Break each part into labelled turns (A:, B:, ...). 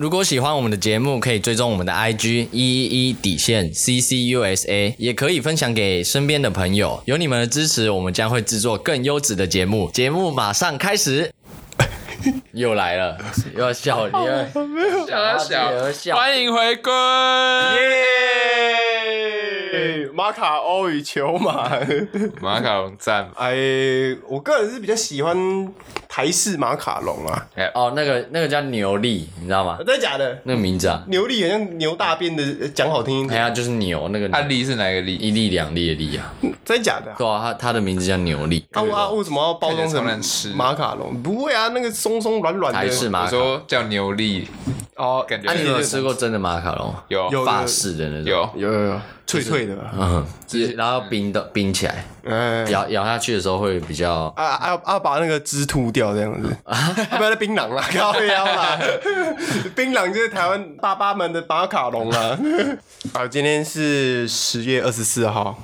A: 如果喜欢我们的节目，可以追踪我们的 IG 一一一底线 CCUSA，也可以分享给身边的朋友。有你们的支持，我们将会制作更优质的节目。节目马上开 始，又来了，又要笑，又要
B: 哦大
A: 笑，又要笑
B: 小，，欢迎回归。
C: 耶！马卡欧与球马，
B: 马卡龙赞，
C: 哎，我个人是比较喜欢台式马卡龙啊，
A: 哦，那个那个叫牛力，你知道吗？
C: 真的假的？
A: 那个名字啊，
C: 牛力好像牛大便的，呃讲好听一
A: 哎
C: 点，
A: 呀，就是牛那个
B: 案
A: 牛
B: 例是哪一个例？
A: 一粒两粒的粒啊，
C: 真假的啊？
A: 对啊，他他的名字叫牛力，
B: 哦
C: 啊啊！为什么要包装
B: 看起来超难吃
C: 成马卡龙？不会啊，那个松松软软的。
A: 台式马
B: 我
A: 卡龙。
B: 说叫牛力，
C: 哦，
B: 感觉
A: 啊，你有吃过真的马卡龙吗？
B: 有
C: 有
A: 法式的那种，
B: 有
C: 有有有，脆脆的
B: 啊
C: 吧。
A: 嗯，就是然后冰的冰起来，
C: 哎，
A: 咬咬下去的时候会比较
C: 啊啊啊！把那个汁吐掉这样子，啊、不要再槟榔啦，高腰啦，槟榔就是台湾爸爸们的马卡龙啦。好，今天是十月二十四号，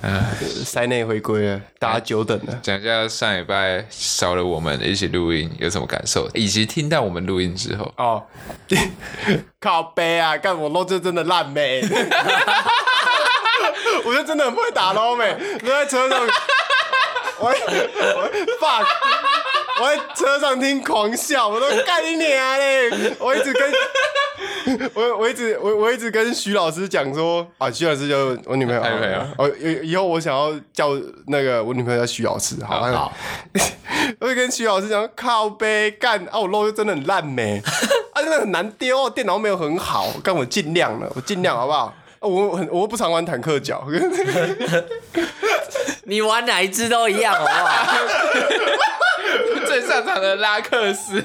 C: 塞内回归了，大家久等了。
B: 讲一下上礼拜少了我们一起录音有什么感受，以及听到我们录音之后，
C: 哦， 靠背啊，干我 l 就真的烂妹， 我就真的很不会打 l 妹，都在车上， 我我 fuck。我在车上听狂笑，我都干你娘嘞！我一直跟， 我我一直我我一直跟徐老师讲说啊，徐老师就我女朋友，
B: 哎没有
C: 哦，以以后我想要叫那个我女朋友叫徐老师，好，
B: 好
A: 好。
C: 我就跟徐老师讲，靠背干啊，我肉就真的很烂没， 啊，真的很难丢，电脑没有很好，干我尽量了，我尽量好不好？啊我很我又不常玩坦克脚，
A: 你玩哪一只都一样，好不 好？
B: 最擅长的拉克斯，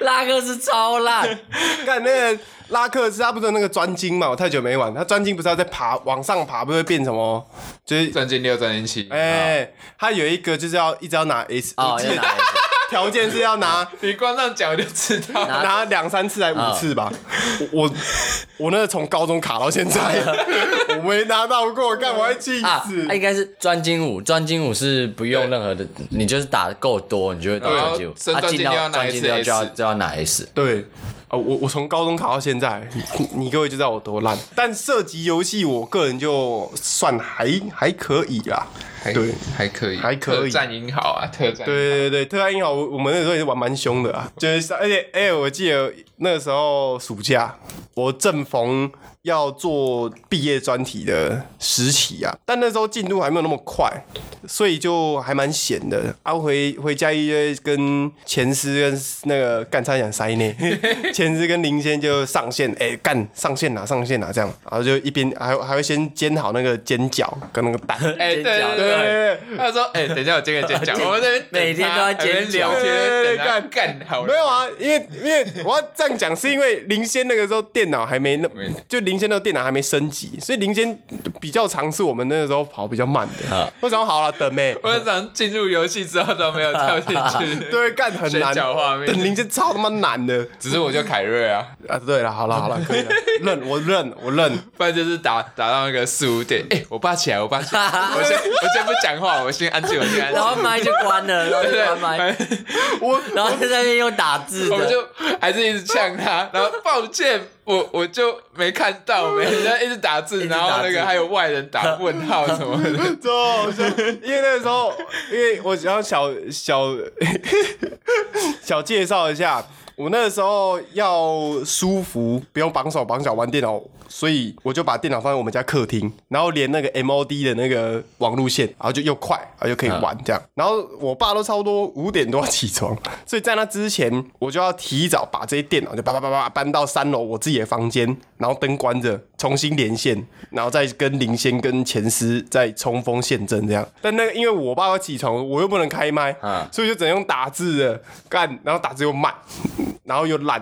A: 拉哥是超烂，
C: 干那个拉克斯，他不是有那个专精嘛？我太久没玩，他专精不是要在爬往上爬，不是会变什么？就是
B: 钻进六，钻进七，
C: 哎、他有一个就是要一直要拿 S，、
A: 哦，
C: 我记
A: 要
C: 得
A: 哪一只？
C: 条件是要拿
B: 你光这样讲我就知 道，
A: 拿
C: 拿两三次还五次吧。我我我那个从高中卡到现在，我没拿到过，干我会气
A: 啊，
C: 死。
A: 那应该是专精舞，专精舞是不用任何的，你就是打的够多，你就会打
B: 对啊
A: 专精舞。
B: 升
A: 啊，
B: 专
A: 进
B: 精要
A: 到
B: 拿
A: 专
B: 一
A: 精
B: 次
A: 就要就要
B: S
A: 就要拿 S。
C: 对，啊，我我从高中考到现在，你你各位就知道我多烂。但涉及游戏，我个人就算还还可以啦。
B: 还
C: 对
B: 还可以，
C: 还可
B: 特
C: 以
B: 战英豪啊，特战，，
C: 对对对，特战英豪，我我们那时候也是玩蛮凶的啊，就是上而且哎、我记得那个时候暑假，我正逢要做毕业专题的实习啊，但那时候进度还没有那么快，所以就还蛮闲的啊。回回家一约跟前司跟那个干差点塞内，前司跟林先就上线，哎、干上线哪上线哪这样，然后就一边还还会先煎好那个煎饺跟那个蛋，
B: 哎对对
C: 对
B: 对。
C: 对。
B: 他说：“哎、等一下，我今个尖叫，我们这边
A: 每天都要尖叫
B: 讲聊天，
C: 对对对
B: 等他干好了
C: 没有啊，因为因为我要这样讲，是因为林先那个时候电脑还没那
B: 没，
C: 就林先那个电脑还没升级，所以林先比较尝试我们那个时候跑比较慢的。我想好了，等呗、
B: 我想进入游戏之后都没有跳进去，
C: 对，干很
B: 选
C: 难，
B: 角画面
C: 等林先超他妈难的
B: 只是我就凯瑞啊，
C: 啊！对了，好了好了，可以了，认我认我认，
B: 不然就是打打到那个四五 点，哎、我爸起来，我爸起 来，我先我先不讲话，我先安静，我先安
A: 然
B: 静。
A: 后麦就关了， 然后就
B: 对
A: 关麦，，
C: 我
A: 然后就在那边用打字
B: 我们
A: 的。
B: 就还是一直呛他，然后抱歉，我我就没看到，没人家一直打字，
A: 直打
B: 然
A: 字
B: 后那个还有外人打问号什么的，
C: 走， 因为那时候，因为我想要小小 小介绍一下，我那时候要舒服，不用绑手绑脚玩电脑，所以我就把电脑放在我们家客厅，然后连那个 MOD 的那个网路线，然后就又快，然后就可以玩这样。然后我爸都差不多五点多起床，所以在那之前，我就要提早把这些电脑就叭叭叭叭搬到三楼我自己的房间，然后灯关着，重新连线，然后再跟林先跟前司再冲锋陷阵这样。但那个因为我爸要起床，我又不能开麦，
A: 嗯
C: 所以就只能用打字的干，然后打字又慢，然后又懒。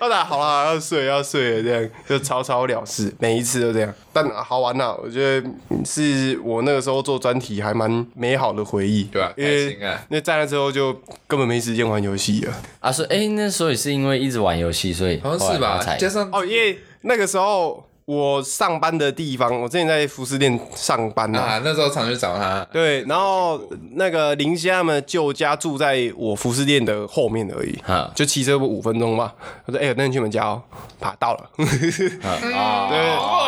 C: 要打 好啦，要睡要睡了，这样就草草了事，每一次都这样。但好玩呐、啊我觉得是我那个时候做专题还蛮美好的回忆，
B: 对啊
C: 因
B: 开
C: 为
B: 心啊
C: 那在那之后就根本没时间玩游戏了。
A: 啊，所以哎，那所以是因为一直玩游戏，所以
B: 哦好像是
A: 后来
B: 吧
A: 才？
B: 加上
C: 哦哦，因为那个时候我上班的地方，我之前在服饰店上班啊，
B: 啊，那时候常去找他，
C: 对，然后那个林夕他们旧家住在我服饰店的后面而已
A: 嗯，
C: 就骑车五分钟吧。我说：“哎、那你去你们家哦。”啪，到 了。
B: 哦，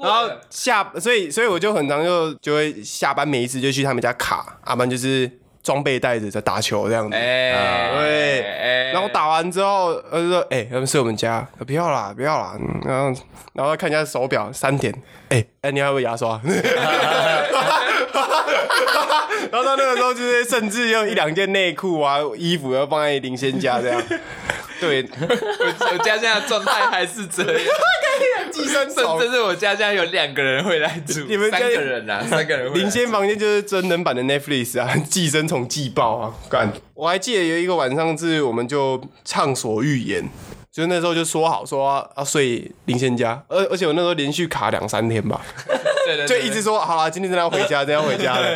C: 然后下，所以所以我就很常就就会下班每一次就去他们家卡，阿班就是装备袋子在打球这样子。
B: 哎，
C: 对
B: 哎
C: 然后打完之后，他就说：“哎、他们睡我们家，呃不要啦，不要啦。”嗯然后，然后看一下手表，三点。哎、哎、你还有牙刷？ 然后到那个时候，就是甚至有一两件内裤啊、衣服要放在林先家这样。对，
B: 哎我家现在的状态还是这样，
C: 寄生
B: 甚
C: 虫。
B: 甚至我家现在有两个人会来住，
C: 你们家
B: 三个人啊，三个人会来 住
C: 林先房间就是真人版的 Netflix 啊， 寄生虫寄爆啊！干，我还记得有一个晚上是，我们就畅所欲言，就那时候就说好说要睡林先家，而而且我那时候连续卡两三天吧，
B: 对对
C: 就
B: 对
C: 一直说好啦，今天真的要回家，真的要回家了。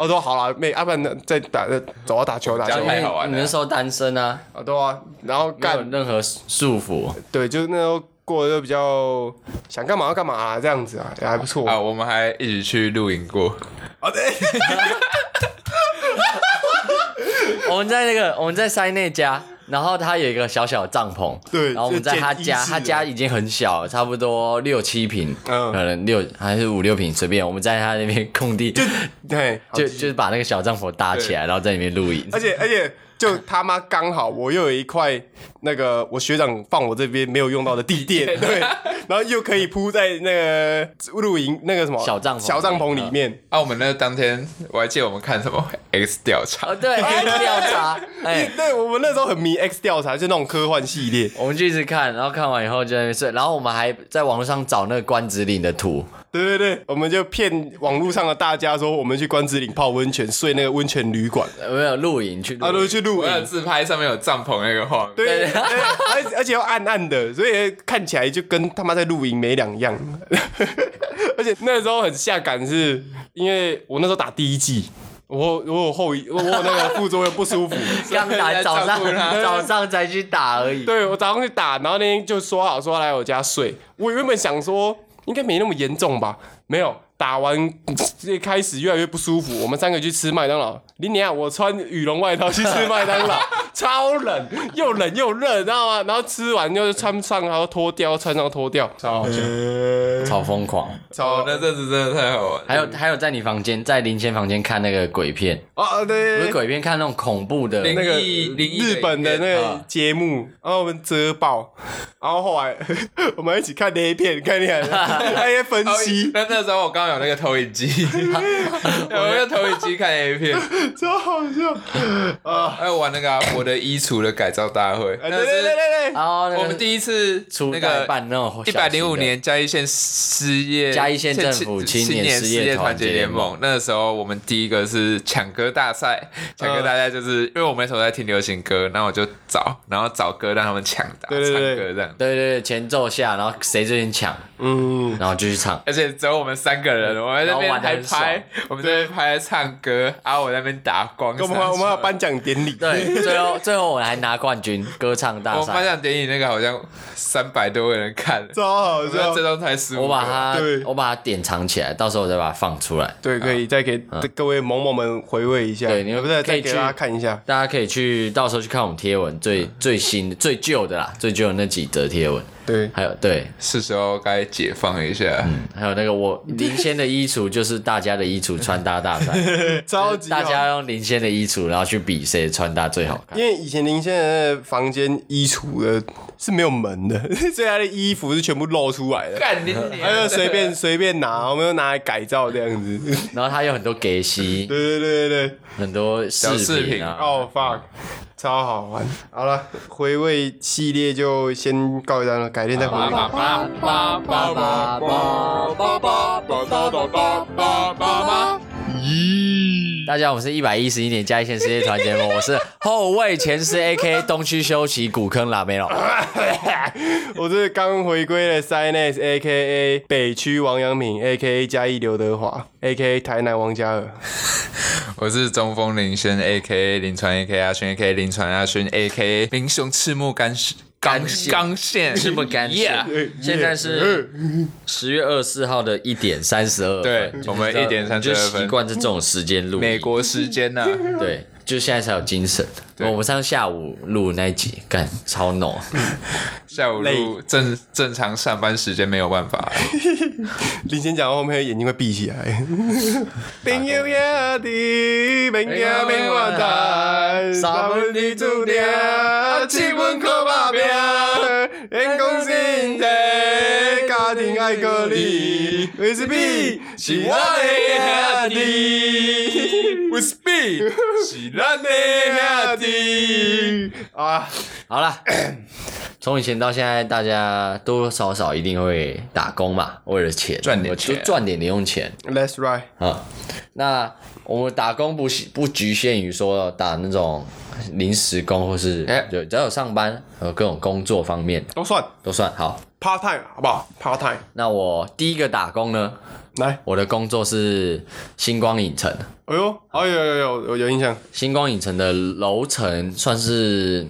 C: 我说好啦，妹，要、不然再打走啊打球打球
B: 这样，太好玩了
A: 你那时候单身啊，
C: 啊对啊，然后
A: 没有
C: 干
A: 任何束缚。
C: 对，就是那时候过得就比较想干嘛要干嘛、啊、这样子啊，也还不错。
B: 啊，我们还一起去露营过，
A: 我们在那个我们在塞内家，然后他有一个小小的帐篷，
C: 对
A: 然后我们在他
C: 就简易
A: 家，
C: 式的
A: 他家已经很小了，差不多六七平，
C: 嗯
A: 可能六还是五六平，随便。我们在他那边空地，就
C: 对，好
A: 就就是把那个小帐篷搭起来，然后在里面露营
C: 而。且而且就他妈刚好我又有一块那个我学长放我这边没有用到的地垫，对，然后又可以铺在那个露营那个什么
A: 小帐篷
C: 小帐篷里面，
B: 啊，我们那当天我还记得我们看什么 X 调查
A: 哦，，对，调 查，哎
C: 对，，对我们那时候很迷 X 调查，就那种科幻系列，
A: 我们就一直看，然后看完以后就在那边睡，然后我们还在网络上找那个关子岭的图，
C: 对对对，我们就骗网络上的大家说我们去关子岭泡温泉，睡那个温泉旅馆，
A: 呃没有露营去
C: 啊，
A: 露
C: 都
A: 营，
C: 去露
B: 我有
C: 营。
B: 自拍上面有帐篷那个画面，
C: 对，对而且而且又暗暗的，所以看起来就跟他妈在露营没两样。 而且那时候很下感是，因为我那时候打第一季，我我有后遗，我我有那个副作用不舒服，
A: 刚打早上
B: 在照顾他
A: 早上才去打而已。
C: 对我早上去打，然后那天就说好说要来我家睡。我原本想说应该没那么严重吧，没有。打完 一开始越来越不舒服，我们三个去吃麦当劳。林尼亚，我穿羽绒外套去吃麦当劳，超冷，又冷又热，知道吗？然后吃完就是穿上，然后脱掉，穿上脱掉，
B: 超好笑，
A: 超疯狂，
B: 超那阵子真的太好玩了，
A: 还有还有在你房间，在林谦房间看那个鬼片，
C: 啊，
B: 呃
A: 不
C: 对
A: 是，鬼片，看那种恐怖的，
B: 灵
C: 那个
B: 异灵异
C: 日本的那
B: 影片
C: 个节目，然后我们遮爆，然后后来 我们一起看那一片，看那那些分
B: 哦
C: 析，
B: 那那时候我刚好有那个投影 机，我用投影机看 A 片，
C: 超好笑啊！
B: 还有玩那个啊、我的衣橱的改造大会，
C: 哎
B: 那
C: 对对对
B: 是
C: 对对，
A: 然后
B: 我们第一次
A: 哦初
B: 那
A: 代
B: 个
A: 办那种
B: 一
A: 小
B: 百
A: 型
B: 零五
A: 的
B: 年嘉义县失业
A: 嘉义县政府青年
B: 年
A: 失业
B: 业
A: 团
B: 结
A: 结
B: 联
A: 联盟
B: 盟。那个时候我们第一个是抢歌大赛，
A: 嗯
B: 抢歌大赛就是因为我们那时候在听流行歌，然后我就找，然后找歌让他们抢答
C: 对对对
B: 唱歌这样。
A: 对对对，前奏下，然后谁最先 抢，
C: 嗯，
A: 然后就去唱。
B: 而且只有我们三个人，我们在那边还
A: 然后玩得很
B: 拍，我们在那边拍唱歌，然后我在那边打光。
C: 我们还我们还有颁奖典礼，
A: 对，最后最后我还拿冠军，歌唱大
B: 我颁
A: 赛。
B: 奖典礼那个好像三百多个人看，
C: 超好
B: 我们
C: 笑
B: 这。张才十五。
A: 我把它
C: 对
A: 我把它典藏起来，到时候我再把它放出来。
C: 对，可以再给各位某某们回味一下，
A: 啊对你们
C: 不是
A: 可
C: 再
A: 以
C: 给
A: 去
C: 大家看一下。
A: 大家可以去到时候去看我们贴文最
B: 嗯
A: 最新的、最旧的啦，最旧的那几则贴文，
C: 对，
A: 还有对，
B: 是时候该解放一下。
A: 还有那个我林先的衣橱就是大家的衣橱穿搭大赛，
C: 超级好
B: 啊
A: 大家用林先的衣橱，然后去比谁穿搭最好 看。
C: 因为以前林先生的房间衣橱的是没有门的， 所以他的衣服是全部露出来的，
B: 干 你娘！
A: 啊
C: 他就随便随便拿，我们就拿来改造这样子。
A: 然后它有很多给息，
C: 对对对对对，
A: 很多
B: 小饰
A: 饰
B: 品
A: 品啊，
C: 哦、fuck，超好玩。好了，回味系列就先告一段落，改天再回
A: 啊
C: 味。
A: 大家好，我是一百一十一年嘉义县实业团结盟，我是后卫前师 A K 东区修齐古坑拉梅老。
C: 我是刚回归的 Sinus A K A 北区王阳明 A K A 嘉义刘德华 A K A 台南王嘉尔。
B: 我是中锋林轩，A K A 林传，A K A 阿轩，A K A 林传阿轩，A K A 林雄赤木干史钢
A: 干线
B: 钢线
A: 这么干净
B: Yeah
A: 现在是十月二十四号的一点三十二
B: 对
A: 分，就是
B: 我们
A: 知道
B: 1:32分
A: 就习惯这种时间录音
B: 美国时间呢、
A: 对，就现在才有精神。我们上下午录那一集，干超浓，
B: 下午录正正常上班时间没有办法，
C: 林先讲到后面眼睛会闭起来。朋友呀的，朋友明我在，咱们的主点，气温可怕变，人工心态，家庭爱隔离，威士忌是我的兄弟，
B: w i s p
C: 是咱的兄弟啊！
A: 好 了，从以前到现在，大家多多少少一定会打工嘛，为了钱
B: 赚点钱
A: 就赚点零用钱
C: That's right，
A: 啊、那我们打工不是不局限于说打那种临时工，或是
B: 哎
A: 就只要有上班和各种工作方面
C: 都哦算
A: 都算好。
C: part time 好不好？part time
A: 那我第一个打工呢，
C: 来，
A: 我的工作是星光影城。
C: 哎呦，哎呦有有有有有印象，
A: 星光影城的楼层算是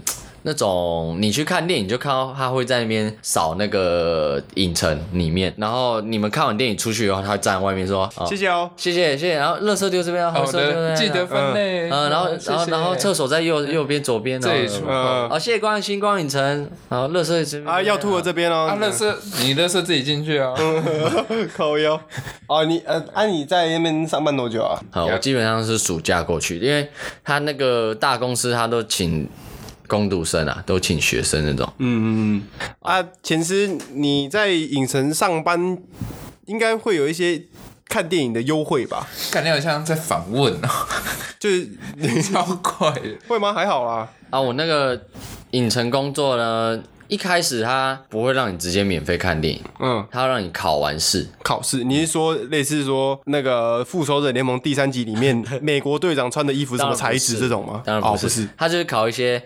A: 那种你去看电影就看到他会在那边扫那个影城里面，然后你们看完电影出去以后，他会站在外面说：“哦
C: 谢谢哦。
A: 谢谢谢谢。”然后垃圾丢这边，然后
B: 好
A: 垃圾丢
B: 的，
A: 那边
B: 哦
A: 啊
B: 记得。分类。
A: 嗯，然后
B: 谢谢
A: 然后然后厕所在右右边左边，
B: 这里
A: 然
B: 出
A: 后
C: 嗯
A: 哦，谢谢光临星光影城，然后垃圾这边
C: 啊，要吐的这边哦，
B: 啊，乐色，你乐色自己进去啊。
A: 嗯
C: 口油。 哦，你呃，啊，你在那边上班多久啊？
A: 好，我基本上是暑假过去，因为他那个大公司他都请工读生啊，都请学生那种，
C: 啊，前师你在影城上班，应该会有一些看电影的优惠吧？
B: 感觉好像在访问哦，
C: 就是
B: 超怪的。
C: 会吗？还好啦。
A: 啊，我那个影城工作呢，一开始他不会让你直接免费看电影，
C: 嗯，
A: 他要让你考完试。
C: 考试，你是说类似说那个《复仇者联盟》第三集 里面美国队长穿的衣服是什么材质这种吗？
A: 当然
C: 哦
A: 不
C: 不
A: 是，
C: 是，
A: 他就是考一些，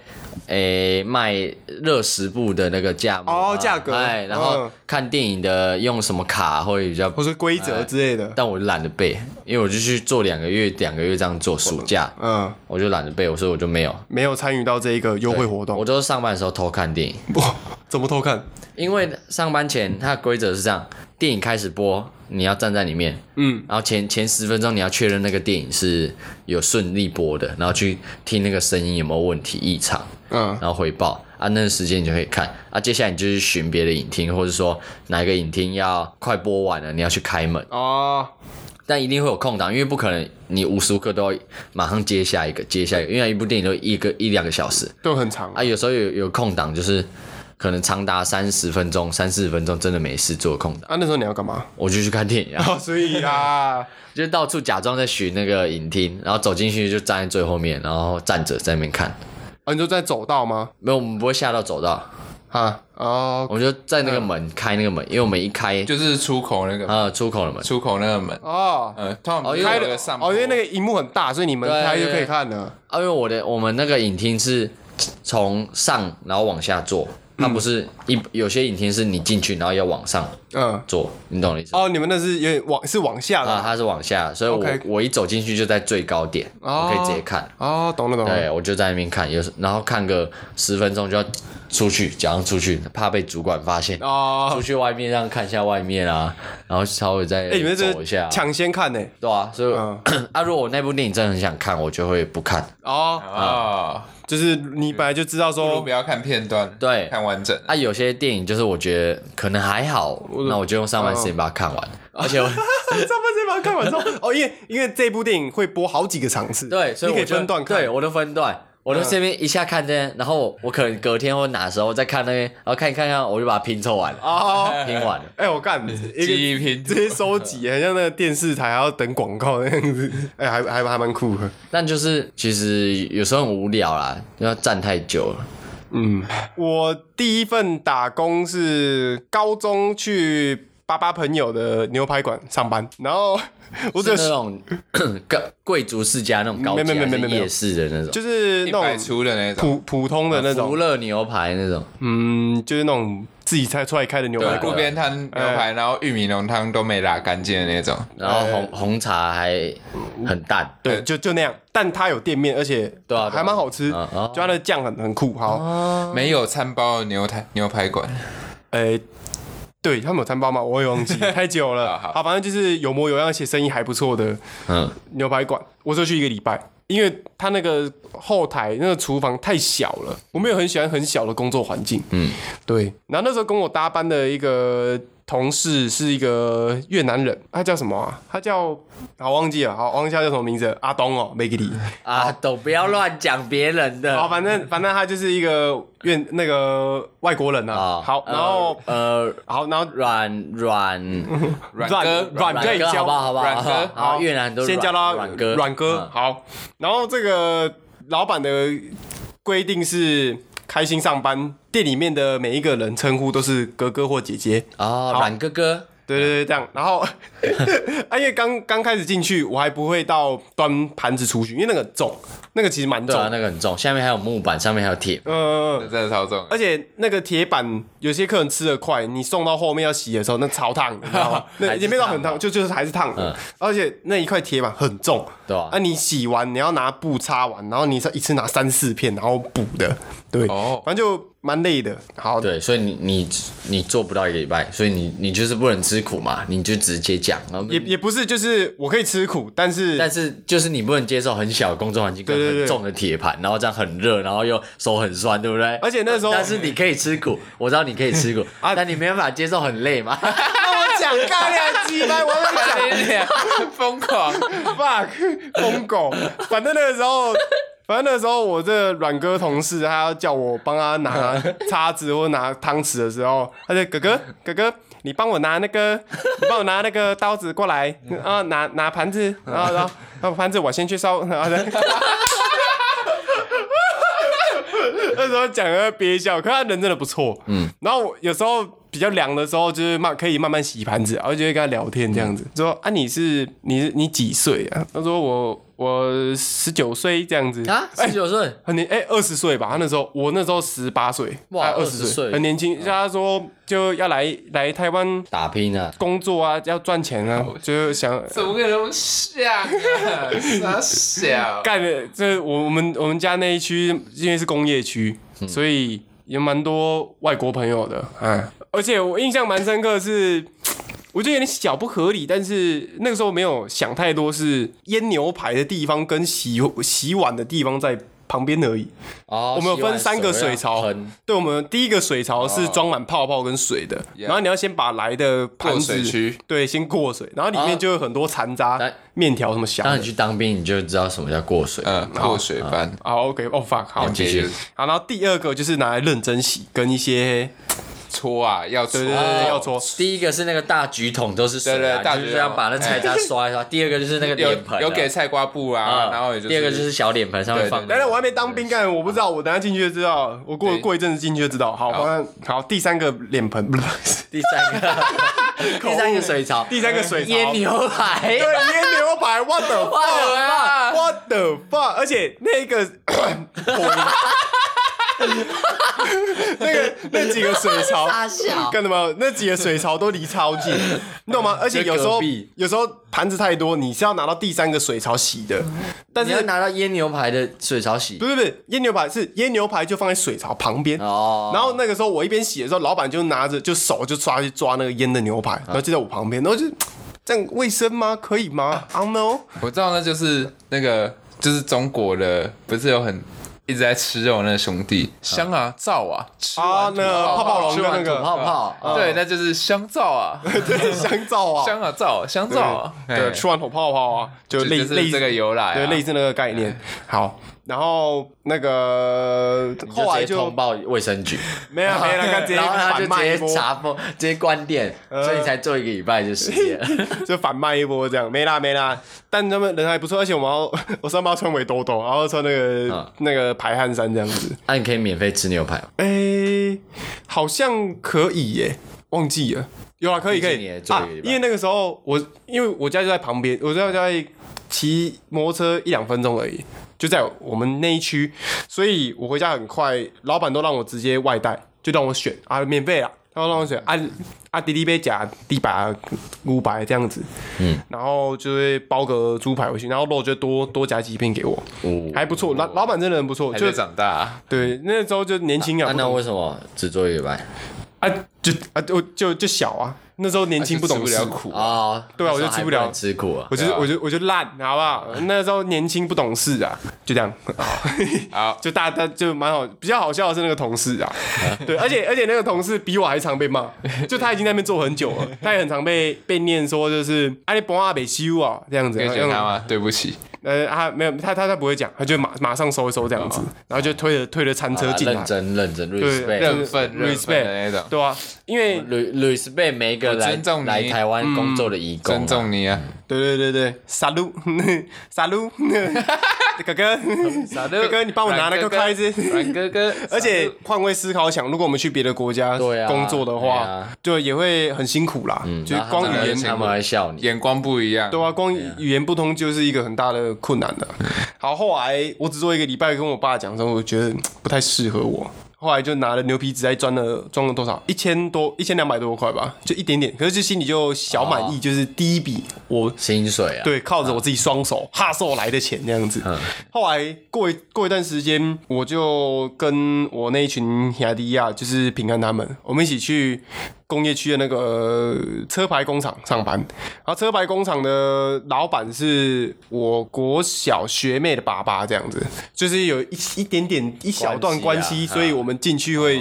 A: 诶、卖热食部的那个价目
C: 哦
A: 啊
C: 价格
A: 哎，然后
C: 嗯
A: 看电影的用什么卡会比较
C: 或，是规则之类的。
A: 但我懒得背，因为我就去做两个月，两个月这样做，暑假
C: 嗯，
A: 我就懒得背，我所以我就没有。
C: 没有参与到这一个优惠活
A: 我
C: 动。
A: 都是上班的时候偷看电影，
C: 哇，怎么偷看？
A: 因为上班前它的规则是这样：电影开始播，你要站在里面，
C: 嗯，
A: 然后前前十分钟你要确认那个电影是有顺利播的，然后去听那个声音有没有问题异常，
C: 嗯
A: 然后回报啊，那个时间你就可以看啊。接下来你就去寻别的影厅，或者说哪一个影厅要快播完了，你要去开门，
C: 哦，
A: 但一定会有空档，因为不可能你无时无刻都要马上接下一个接下一个，因为一部电影都一个一两个小时
C: 都很长
A: 啊，有时候有有空档就是可能长达三十分钟、三四十分钟，真的没事做空档，
C: 啊，那时候你要干 嘛？
A: 我就去看电影啊。
C: 哦，所以啊，
A: 就到处假装在巡那个影厅，然后走进去就站在最后面，然后站着在那边看。
C: 啊，你就在走道吗？
A: 没有，我们不会吓到走道，
C: 啊，哦
A: 我们就在那个门、开那个门，因为我们一开
B: 就是出口那个
A: 啊、出口的门，
B: 出口那个门，
C: 哦，
B: 呃，通常
A: 哦因为
B: 开
A: 我
B: 了个上坡
C: 哦，因为那个荧幕很大，所以你们
A: 对
C: 开就可以看了。
A: 啊，因为我的我们那个影厅是从上然后往下坐，它不是一、有些影厅是你进去然后要往上
C: 嗯，
A: 坐，你懂我的意思？
C: 哦，你们那是有点往是往下
A: 啊，
C: 的。
A: 它是往下，所以我
C: OK
A: 我一走进去就在最高点，
C: 哦
A: 我可以直接看。
C: 哦，懂了懂了。
A: 对，我就在那边看，有时然后看个十分钟就要出去，假装出去，怕被主管发现。
C: 哦
A: 出，去外面让看一下外面啊，然后稍微再
C: 哎，你们这
A: 走一下啊、
C: 抢先看呢？
A: 对啊，所以、
C: 嗯
A: 啊，如果我那部电影真的很想看，我就会不看
C: 哦，
B: 啊，
C: 就是你本来就知道
B: 不如
C: 说
B: 不，要看片段，
A: 对
B: 看完整。
A: 啊。有些电影就是我觉得可能还好，那我就用上班
C: 嗯
A: 时间把它看完，而且我
C: 上半身把它看完之后， 哦，因为因为这部电影会播好几个场次，
A: 对，所以
C: 你可
A: 我
C: 以
A: 就
C: 分段看。嗯
A: 对，我都分段。我都这边一下看这边，然后我可能隔天或哪时候再看那边，然后看一看看，我就把它拼凑完了，
C: 哦，
A: 拼完了。
C: 哎，我干，一个
B: 记忆拼
C: 这些收集，很像那个电视台还要等广告那样子， 哎，还还还蛮酷的。
A: 但就是其实有时候很无聊啦，要站太久了。
C: 嗯，我第一份打工是高中去巴巴朋友的牛排馆上班，然后 我只
A: 是
C: 有
A: 那 种高贵族世家那种高级
C: 没有没有没
A: 还
C: 有没
A: 是
C: 有
A: 夜市的那种，啊
C: 就是
B: 一
C: 那
B: 百
C: 种
B: 出的那种，
C: 普普通的那
A: 福
C: 种，
A: 乐牛排那种。
C: 嗯，就是那种自己才出来哎开的牛
B: 对
C: 排
B: 路
C: 馆，
B: 边摊牛排，然后玉米浓汤都没拉干净的那种。
A: 然后
C: 哎
A: 红红茶还很淡，
C: 对，呃就就那样。但它有店面，而且
A: 对啊对啊
C: 还蛮好吃，
A: 嗯哦
C: 就它的酱很很酷。好，
B: 没有餐包的牛排牛排馆，
C: 诶，呃对他们有餐包吗？我也忘记， 太久了。
B: 好好
C: 好，反正就是有模有样，而且生意还不错的
A: 嗯，
C: 牛排馆。我就去一个礼拜，因为他那个后台那个厨房太小了，我没有很喜欢很小的工作环境。嗯，对。然后那时候跟我搭班的一个。同事是一个越南人，他叫什么啊？他叫好忘记了，好忘记他叫什么名字了，阿东哦，没给你。
A: 啊，都不要乱讲别人的
C: 好，反正反正他就是一个越那个外国人啊。
A: 啊。
C: 好，然后
A: 呃，
C: 好，然后
A: 软软
B: 软哥
C: 软
A: 软
C: 可以
A: 哥，
C: 教
A: 好不好？好不好？
B: 软哥
A: 好，越南都
C: 先
A: 软
C: 叫他
A: 软哥，
C: 阮哥。
A: 嗯
C: 好，然后这个老板的规定是开心上班，店里面的每一个人称呼都是哥哥或姐姐。
A: 哦，
C: 好
A: 软哥哥，
C: 对对对，这样。然后， 啊，因为刚刚开始进去，我还不会到端盘子出去，因为那个很重，那个其实蛮
A: 对
C: 重。
A: 啊，那个很重，下面还有木板，上面还有铁，
C: 嗯嗯嗯
B: 真的超重，
C: 而且那个铁板，有些客人吃的快，你送到后面要洗的时候，那超烫，你知道吗？那
A: 还是
C: 也没到
A: 烫
C: 很
A: 哦
C: 烫，就就是还是烫的。而且那一块铁板很重，
A: 对啊
C: 啊，你洗完你要拿布擦完，然后你一次拿三四片，然后补的，对，
B: 哦
C: 反正就蛮累的。好，
A: 对，所以你你你做不到一个礼拜，所以你你就是不能吃苦嘛，你就直接讲，然后
C: 也也不是，就是我可以吃苦，但是
A: 但是就是你不能接受很小的工作环境跟
C: 对对对
A: 很重的铁盘，然后这样很热，然后又手很酸，对不对？
C: 而且那时候啊
A: 但是你可以吃苦，我知道你可以 吃苦，但你没办法接受很累嘛。
C: 那我讲干了鸡掰，我要讲
A: 啊
B: 疯 狂，
C: fuck 疯狗，反正那个时候，反正那个时候我这个阮哥同事，他要叫我帮他拿叉子或拿汤匙的时候，他就哥哥哥哥，你帮我拿那个，你帮我拿那个刀子过来啊，拿拿盘子，然后然后然后盘子我先去烧，然后再。那时候讲的憋笑，可他人真的不错，嗯。然后我有时候比较凉的时候，就是慢可以慢慢洗盘子，然后就会跟他聊天这样子，说啊你是你是你几岁啊？他说我我十九岁这样子哎
A: 啊，十九岁，
C: 很年哎二十岁吧，他那时候我那时候十八岁，
A: 哇
C: 二
A: 20岁
C: 很年轻。他说就要来来台湾
A: 打拼啊！
C: 工作啊，要赚钱啊，就是想
B: 怎么可能像啊？傻小，
C: 干的，这我我们我们家那一区因为是工业区，所以有蛮多外国朋友的，嗯，而且我印象蛮深刻的是。我觉得有点小不合理，但是那个时候没有想太多，是腌牛排的地方跟洗洗碗的地方在旁边而已。
A: 哦，
C: 我们有
A: 洗碗啊
C: 分三个水槽
A: 喷，
C: 对，我们第一个水槽是装满泡泡跟水的，然后你要先把来的盘
B: 过
C: 子
B: 水区
C: 对，先过水，然后里
A: 啊
C: 面就有很多残渣、
A: 来
C: 面条什么小
A: 当你
C: 的。
A: 去当兵，你就知道什么叫过
C: 呃
A: 水。
B: 嗯，过水班，
C: 好，OK，哦、fuck，好，
A: 继续
C: 好，然后第二个就是拿来认真洗，跟一些
B: 搓啊，要搓，
C: 对对对，要搓，
A: 第一个是那个大橘桶都是水
B: 对
A: 啊，
B: 对大
A: 你就
B: 橘
A: 是要把那菜
C: 哎
A: 渣刷一刷。第二个就是那个脸 盆啊，
B: 有有给菜瓜布啊，
A: 嗯
B: 然后也就是
A: 第二个就是小脸盆上面
B: 对
A: 放
C: 等等，我还没当兵干，我不知道，我等下进去就知道，我过
B: 对
C: 过一阵子进去就知道。好，
B: 好
C: 好，好，第三个脸盆，不是
A: 第三个， 第三个水槽，
C: 第三个水槽，
A: 腌牛排
C: 对，啊腌牛排，what the
A: What the
C: fuck，what
A: fuck？
C: the fuck，而且那个 火影 那个那几个水槽，
A: 大小，
C: 干什么？那几个水槽都离超 近，你懂吗？而且有时
A: 就
C: 候
A: 隔壁
C: 有时候盘子太多，你是要拿到第三个水槽洗的，但
A: 你
C: 是
A: 要拿到腌牛排的水槽洗
C: 不。是不是腌牛排是腌牛排就放在水槽旁边。
A: 哦，
C: 然后那个时候我一边洗的时候，老板就拿着就手就抓去抓那个腌的牛排，然后就在我旁边，然后就嗯这样卫生吗？可 以吗？I don't know。
B: 我知道，那就是那个就是中国的，不是有很一直在吃肉那个兄弟，香啊、皂啊，吃完
C: 啊，那个泡泡龙嗯
A: 吃
C: 跟那
A: 完吐
C: 个啊
A: 泡泡，
B: 对，那就是香皂啊，
C: 对香皂啊，
B: 香啊皂，香皂啊，
C: 对
B: 哎
C: 对，吃完吐泡泡啊，就
B: 就
C: 类
B: 就是
C: 类
B: 这
C: 似
B: 个由来啊，哎
C: 对类似那个概念。好，然后那个
A: 你就
C: 后来
A: 直接
C: 就
A: 通报卫生局，
C: 没有没有，他直接
A: 然后他就
C: 反
A: 直
C: 卖呃一
A: 接
C: 波，
A: 查封，直接关店，所以你才做一个礼拜就失业 了。
C: 就反卖一波这样，没啦没啦。但他们人还不错，而且我们要 我上班要穿围兜兜，然后穿那个、
A: 嗯
C: 那个排汗衫这样子。
A: 那你可以免费吃牛排吗，
C: 哎、好像可以耶、忘记了。有啊，可以
A: 毕
C: 可
A: 竟
C: 以
A: 你也做
C: 啊
A: 了一个礼，拜
C: 因为那个时候我因为我家就在旁边，我家就在骑摩托车一两分钟而已，就在我们那一区，所以我回家很快，老板都让我直接外带，就让我选啊，免费啊。他让我选啊啊滴滴杯夹低把五百这样子，嗯，然后就会包个猪排回去，然后肉就多多夹几片给我，
A: 哦
C: 还不错，老老板真的很不错，
B: 还
C: 就
B: 没长大，
C: 对那时候就年轻啊，
A: 那
C: 不
A: 那
C: 懂
A: 为什么只做一半？
C: 啊就啊就就就小啊，那时候年轻不懂
B: 就
C: 事
B: 吃不了，苦啊。
A: 哦，
C: 对啊
A: 那时候
C: 我就吃不了
A: 还能吃苦啊。
C: 我就我就我就烂，好不好？那时候年轻不懂事啊，就这样。
B: 好，
C: 就大家就蛮好，比较好笑的是那个同事啊，对，而且而且那个同事比我还常 被骂，就他已经在那边做很久了，他也很常被被念说就是啊你不阿北修啊这样子，
B: 可以选
C: 用
B: 他吗？对不起，
C: 呃他没有他他他不会讲，他就马马上收一收这样
B: 哦
C: 子，然后就推着推着餐车
A: 啊
C: 进来
A: 认，真认真
C: 对，
A: ，respect
B: 认份认份的那种
C: respect，对啊，因为
A: re- respect 每一个来
B: 尊重你
A: 来台湾工作的义
C: 嗯
A: 工啊，
B: 尊重你啊。
C: 对对对对，傻 路傻路， 哥 哥哥哥你帮我拿那个筷子。
B: 阮哥哥，
C: 而且换位思考想，如果我们去别的国家
A: 对啊
C: 工作的话，
A: 对啊
C: 就也会很辛苦啦。就
A: 然后
C: 光
A: 他们
C: 语言
A: 他们会笑你。
B: 眼光不一样，
C: 对啊，光语言不通就是一个很大的困难的、啊
A: 嗯
C: 好，后来我只做一个礼拜，跟我爸讲说，我觉得嗯不太适合我。后来就拿了牛皮纸袋装了装了多少？一千多，一千两百多块吧，就一点点。可是就心里就小满意，
A: 哦
C: 就是第一笔我
A: 薪水啊，，
C: 对，靠着我自己双手哈手来的钱这样子。后来过一过一段时间，我就跟我那一群雅迪亚，啊就是平安他们，我们一起去工业区的那个、呃车牌工厂上班。然后车牌工厂的老板是我国小学妹的爸爸，这样子，就是有一一点点一小段关系，
A: 关系啊
C: 所以我们进去会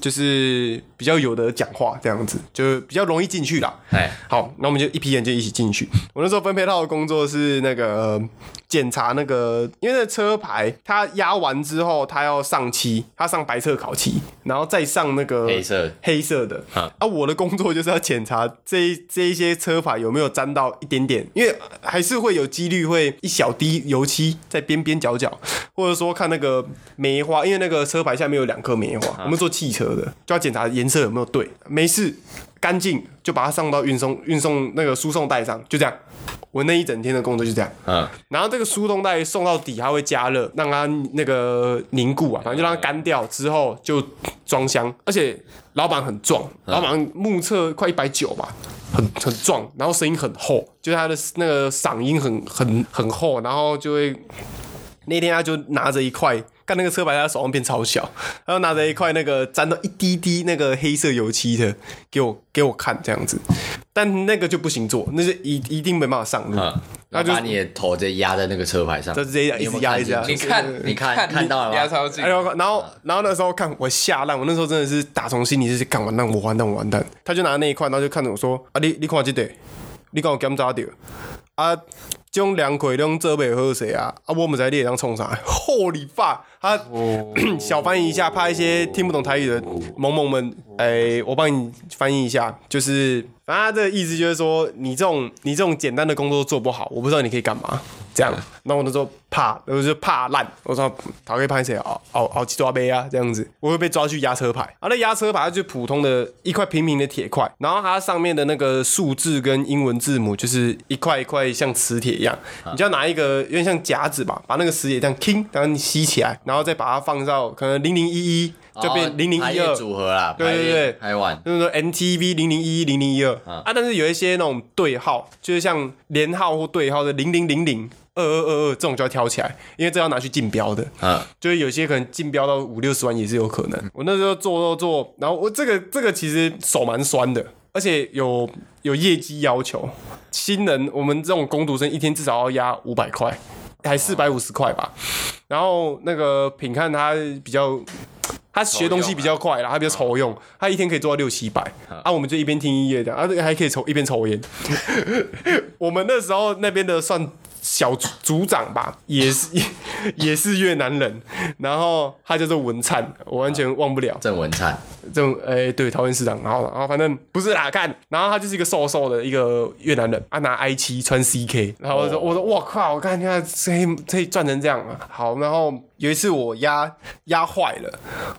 C: 就是比较有的讲话这样子，就比较容易进去啦。
A: 哎，
C: 好，那我们就一批人就一起进去。 我那时候分配到的工作是那个呃检查那个，因为那车牌它压完之后，它要上漆，它上白色烤漆，然后再上那个
A: 黑色
C: 黑色的。
A: 啊
C: 啊，我的工作就是要检查这一 这一些车牌有没有沾到一点点，因为呃还是会有几率会一小滴油漆在边边角角，或者说看那个梅花，因为那个车牌下面有两颗梅花，我们做汽车的就要检查颜色有没有对，没事。干净就把它上到运送运送那个输送带上，就这样。我那一整天的工作就这样。
A: 嗯，
C: 然后这个输送带送到底，它会加热，让它那个凝固啊，反正就让它干掉之后就装箱。而且老板很壮，老板目测快一百九吧，很很壮，然后声音很厚，就是他的那个嗓音很很很厚，然后就会那天他就拿着一块，干那个车牌在他手上变超小，然后拿着一块那个沾到一滴滴那个黑色油漆的给我给我看这样子，但那个就不行做，那是一一定没办法上路。
A: 嗯，
C: 那
A: 那
C: 就
A: 就是把你的头直接压在那个车牌上，
C: 就直接
A: 你有没有
C: 一直压
A: 看
C: 一直压
A: 进去
B: 你看
A: 你看看到了
B: 压
A: 吗？
B: 超近
C: 哎，呦，然后然后那时候看我吓烂，我那时候真的是打从心里就是干完蛋，我完蛋，我完蛋。他就拿那一块，然后就看着我说：“啊，你你看这个，你敢有检查到？啊，这种两块拢做袂好势啊！啊，我毋知你会当创啥？Holy fuck！他啊小翻译一下，怕一些听不懂台语的萌萌们，哎、我帮你翻译一下，就是反正他这个意思就是说，你这种你这种简单的工作做不好，我不知道你可以干嘛。这样，那我那时候怕，我就怕烂，我说讨个拍谁啊，熬熬鸡抓杯啊，这样子，我会被抓去压车牌。啊，那压车牌它就普通的一块平平的铁块，然后它上面的那个数字跟英文字母就是一块一块像磁铁一样，你就要拿一个有点像夹子吧，把那个磁铁这样 king，然后你吸起来，然后再把它放到可能零零一一就变零零
A: 哦排
C: 一
A: 列
C: 二
A: 组合啊啦，
C: 对对对
A: 台湾
C: 就是说 MTV 零零一零零一二啊，但是有一些那种对号，就是像连号或对号的零零零零二二二二这种就要挑起来，因为这要拿去竞标的，
A: 嗯，
C: 就是有些可能竞标到五六十万也是有可能。我那时候做做做，然后我这个这个其实手蛮酸的，而且有有业绩要求，新人我们这种工读生一天至少要压五百块，还四百五十块吧。然后那个品看他比较。他学东西比较快啦，他比较愁用，他一天可以做到六七百，啊，我们就一边听音乐的，啊，还可以抽一边抽烟。我们那时候那边的算小组组长吧，也是 也也是越南人，然后他叫做文灿，我完全忘不了
A: 郑文灿，
C: 这种，哎、对，桃园市长，然后然后反正不是啦，看，然后他就是一个瘦瘦的一个越南人，他、拿 I 七穿 CK，然后我说、我说我靠，我看他这这赚成这样啊，好，然后有一次我压压坏了，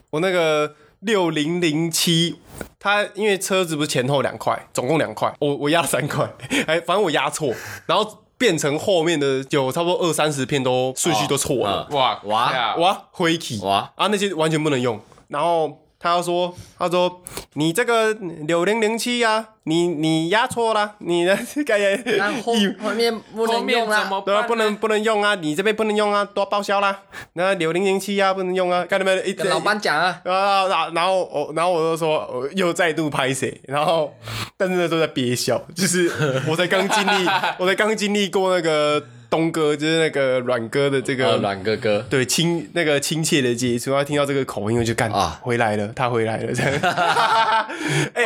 C: 我那个六零零七。他因为车子不是前后两块，总共两块，我我压了三块，哎，反正我压错，然后变成后面的有差不多二三十片都顺序都错了，
A: 嗯
B: 哇
A: 哇
B: 哦哇
C: 哇，灰体
A: 哇
C: 啊，那些完全不能用。然后他说他说你这个六零零七呀，你你压错啦，你 的感觉
A: 那后
C: 你
A: 后面不
B: 后
A: 能
B: 面
A: 用
B: 怎
A: 啦。
B: 么
C: 对啊，
B: 办？
C: 不能不能用啊，你这边不能用啊，都要报销啦。那六零零七啊，不能用啊，干你们一
A: 跟老班讲啊，
C: 啊，然后然后我然后我就说我又再度拍谁，然后但是那时候在憋笑，就是我才刚经历， 我才刚经历过那个东哥，就是那个阮哥的这
A: 呃，
C: 个
A: 阮哥哥，
C: 对亲那个亲切的接触，然后听到这个口音我就干
A: 啊
C: 回来了，他回来了这样，哎、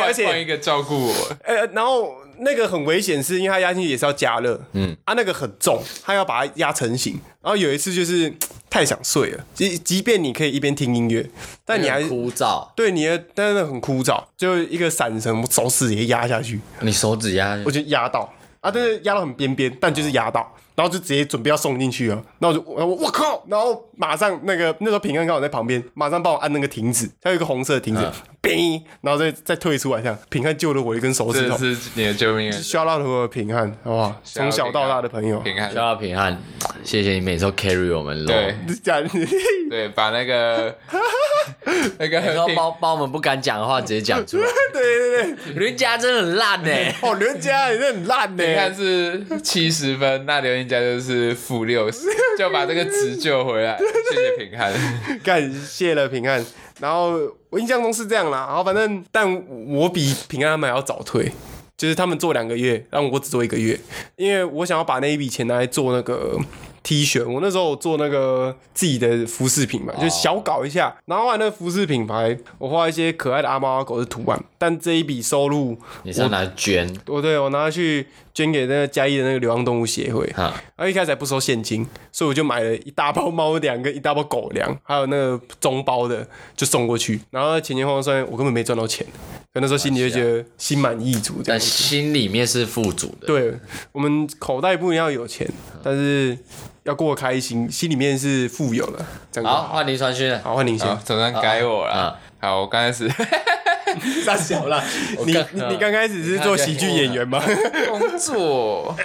B: 换
C: 而
B: 换
C: 且
B: 一个照顾我，
C: 呃，然后那个很危险，是因为它压进去也是要加热，嗯，啊，那个很重，它要把它压成型。然后有一次就是太想睡了，即即便你可以一边听音乐，但你还
A: 很枯燥，
C: 对你的，但是很枯燥，就一个闪神，我手指也压下去，
A: 你手指压
C: 我就压到啊，但是压到很边边，但就是压到，然后就直接准备要送进去了，然后我就我我靠，然后马上那个那时候平安刚好在旁边，马上帮我按那个停止，它有一个红色的停
B: 嗯
C: 止，哔、然后再再退出来，这样平安救了我一根手指
B: 这
C: 头。
B: 是你的救命恩啊人。
C: 需要到我的平安，好不好？
B: 需要
C: 从小到大的朋友，
B: 平安
A: 消，到平安，谢谢你每次都 carry 我们喽。
B: 对
C: 讲
B: 对，把 那个那个
A: 你说
B: 平
A: 帮帮我们不敢讲的话直接讲出来，
C: 对对对，
A: 人家真的很烂呢、
C: 哦，人家也是很烂的、
B: 平安是七十分，那刘英佳就是负六 十，就把这个值救回来。谢谢平安，
C: 感谢了平安。然后我印象中是这样啦，然后反正但我比平安他们还要早退，就是他们做两个月，让我只做一个月，因为我想要把那一笔钱拿来做那个。T 恤，我那时候有做那个自己的服饰品牌，
A: 哦
C: 就小搞一下，然后后来那个服饰品牌，我画一些可爱的阿猫阿狗的图案，但这一笔收入，
A: 你是要拿去捐
C: 我对我拿去捐给那个嘉义的那个流浪动物协会，
A: 哈？
C: 然啊后一开始还不收现金，所以我就买了一大包猫粮跟一大包狗粮，还有那个中包的就送过去。然后前前后后算，我根本没赚到钱，可那时候心里就觉得心满意足这
A: 啊但
C: 样子。
A: 心里面是富足的，
C: 对我们口袋不一定要有钱，
A: 嗯
C: 但是要过得开心，心里面是富有的。这样子
A: 好，换林传 勋了。
C: 好，换你
B: 好，
C: 先，
B: 总算该我
A: 啊
B: 了。啊好，我刚开 始
C: 大小啦。你
A: 刚
C: 你你刚开始是做喜剧演员吗？
B: 工 作，
A: 我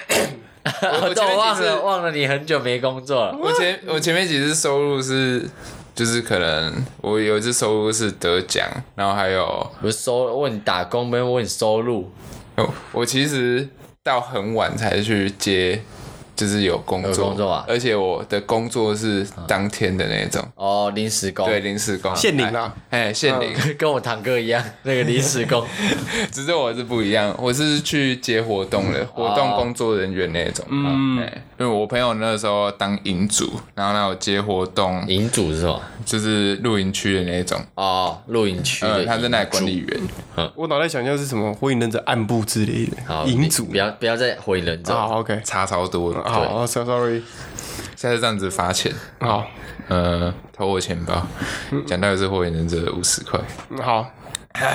B: 我
A: 都
B: 前面
A: 忘
B: 几次
A: 了，忘了你很久没工作了。
B: 我前我前面几次收入是，就是可能我有一次收入是得奖，然后还有
A: 不是收问你打工，没有问你收入。
B: 哦，我其实到很晚才去接，就是有工作，
A: 有工作啊
B: 而且我的工作是当天的那种，
A: 哦，临时工，
B: 对，，临时工，
C: 限领啊
B: 哎，哎，限领，
A: 跟我堂哥一样，那个临时工。
B: 只是我是不一样，我是去接活动的，活动工作人员那种，嗯，因为我朋友那时候当营主，然后让我接活动，
A: 营主是吧？
B: 就是露营区的那种，
A: 哦，露营区的
B: 呃，
A: 营主。
B: 他是那里管理员，
C: 我脑袋想象是什么火影忍者暗部之类的
A: 好，
C: 银
A: 你
C: 主
A: 不。要不要再毁人这。
C: 好，OK，
B: 差超多的，
C: 好哦，so，sorry，
B: 现在这样子罚钱，
C: 好，
B: 呃，偷我钱包，讲到也是火影忍者五十块。
C: 嗯好，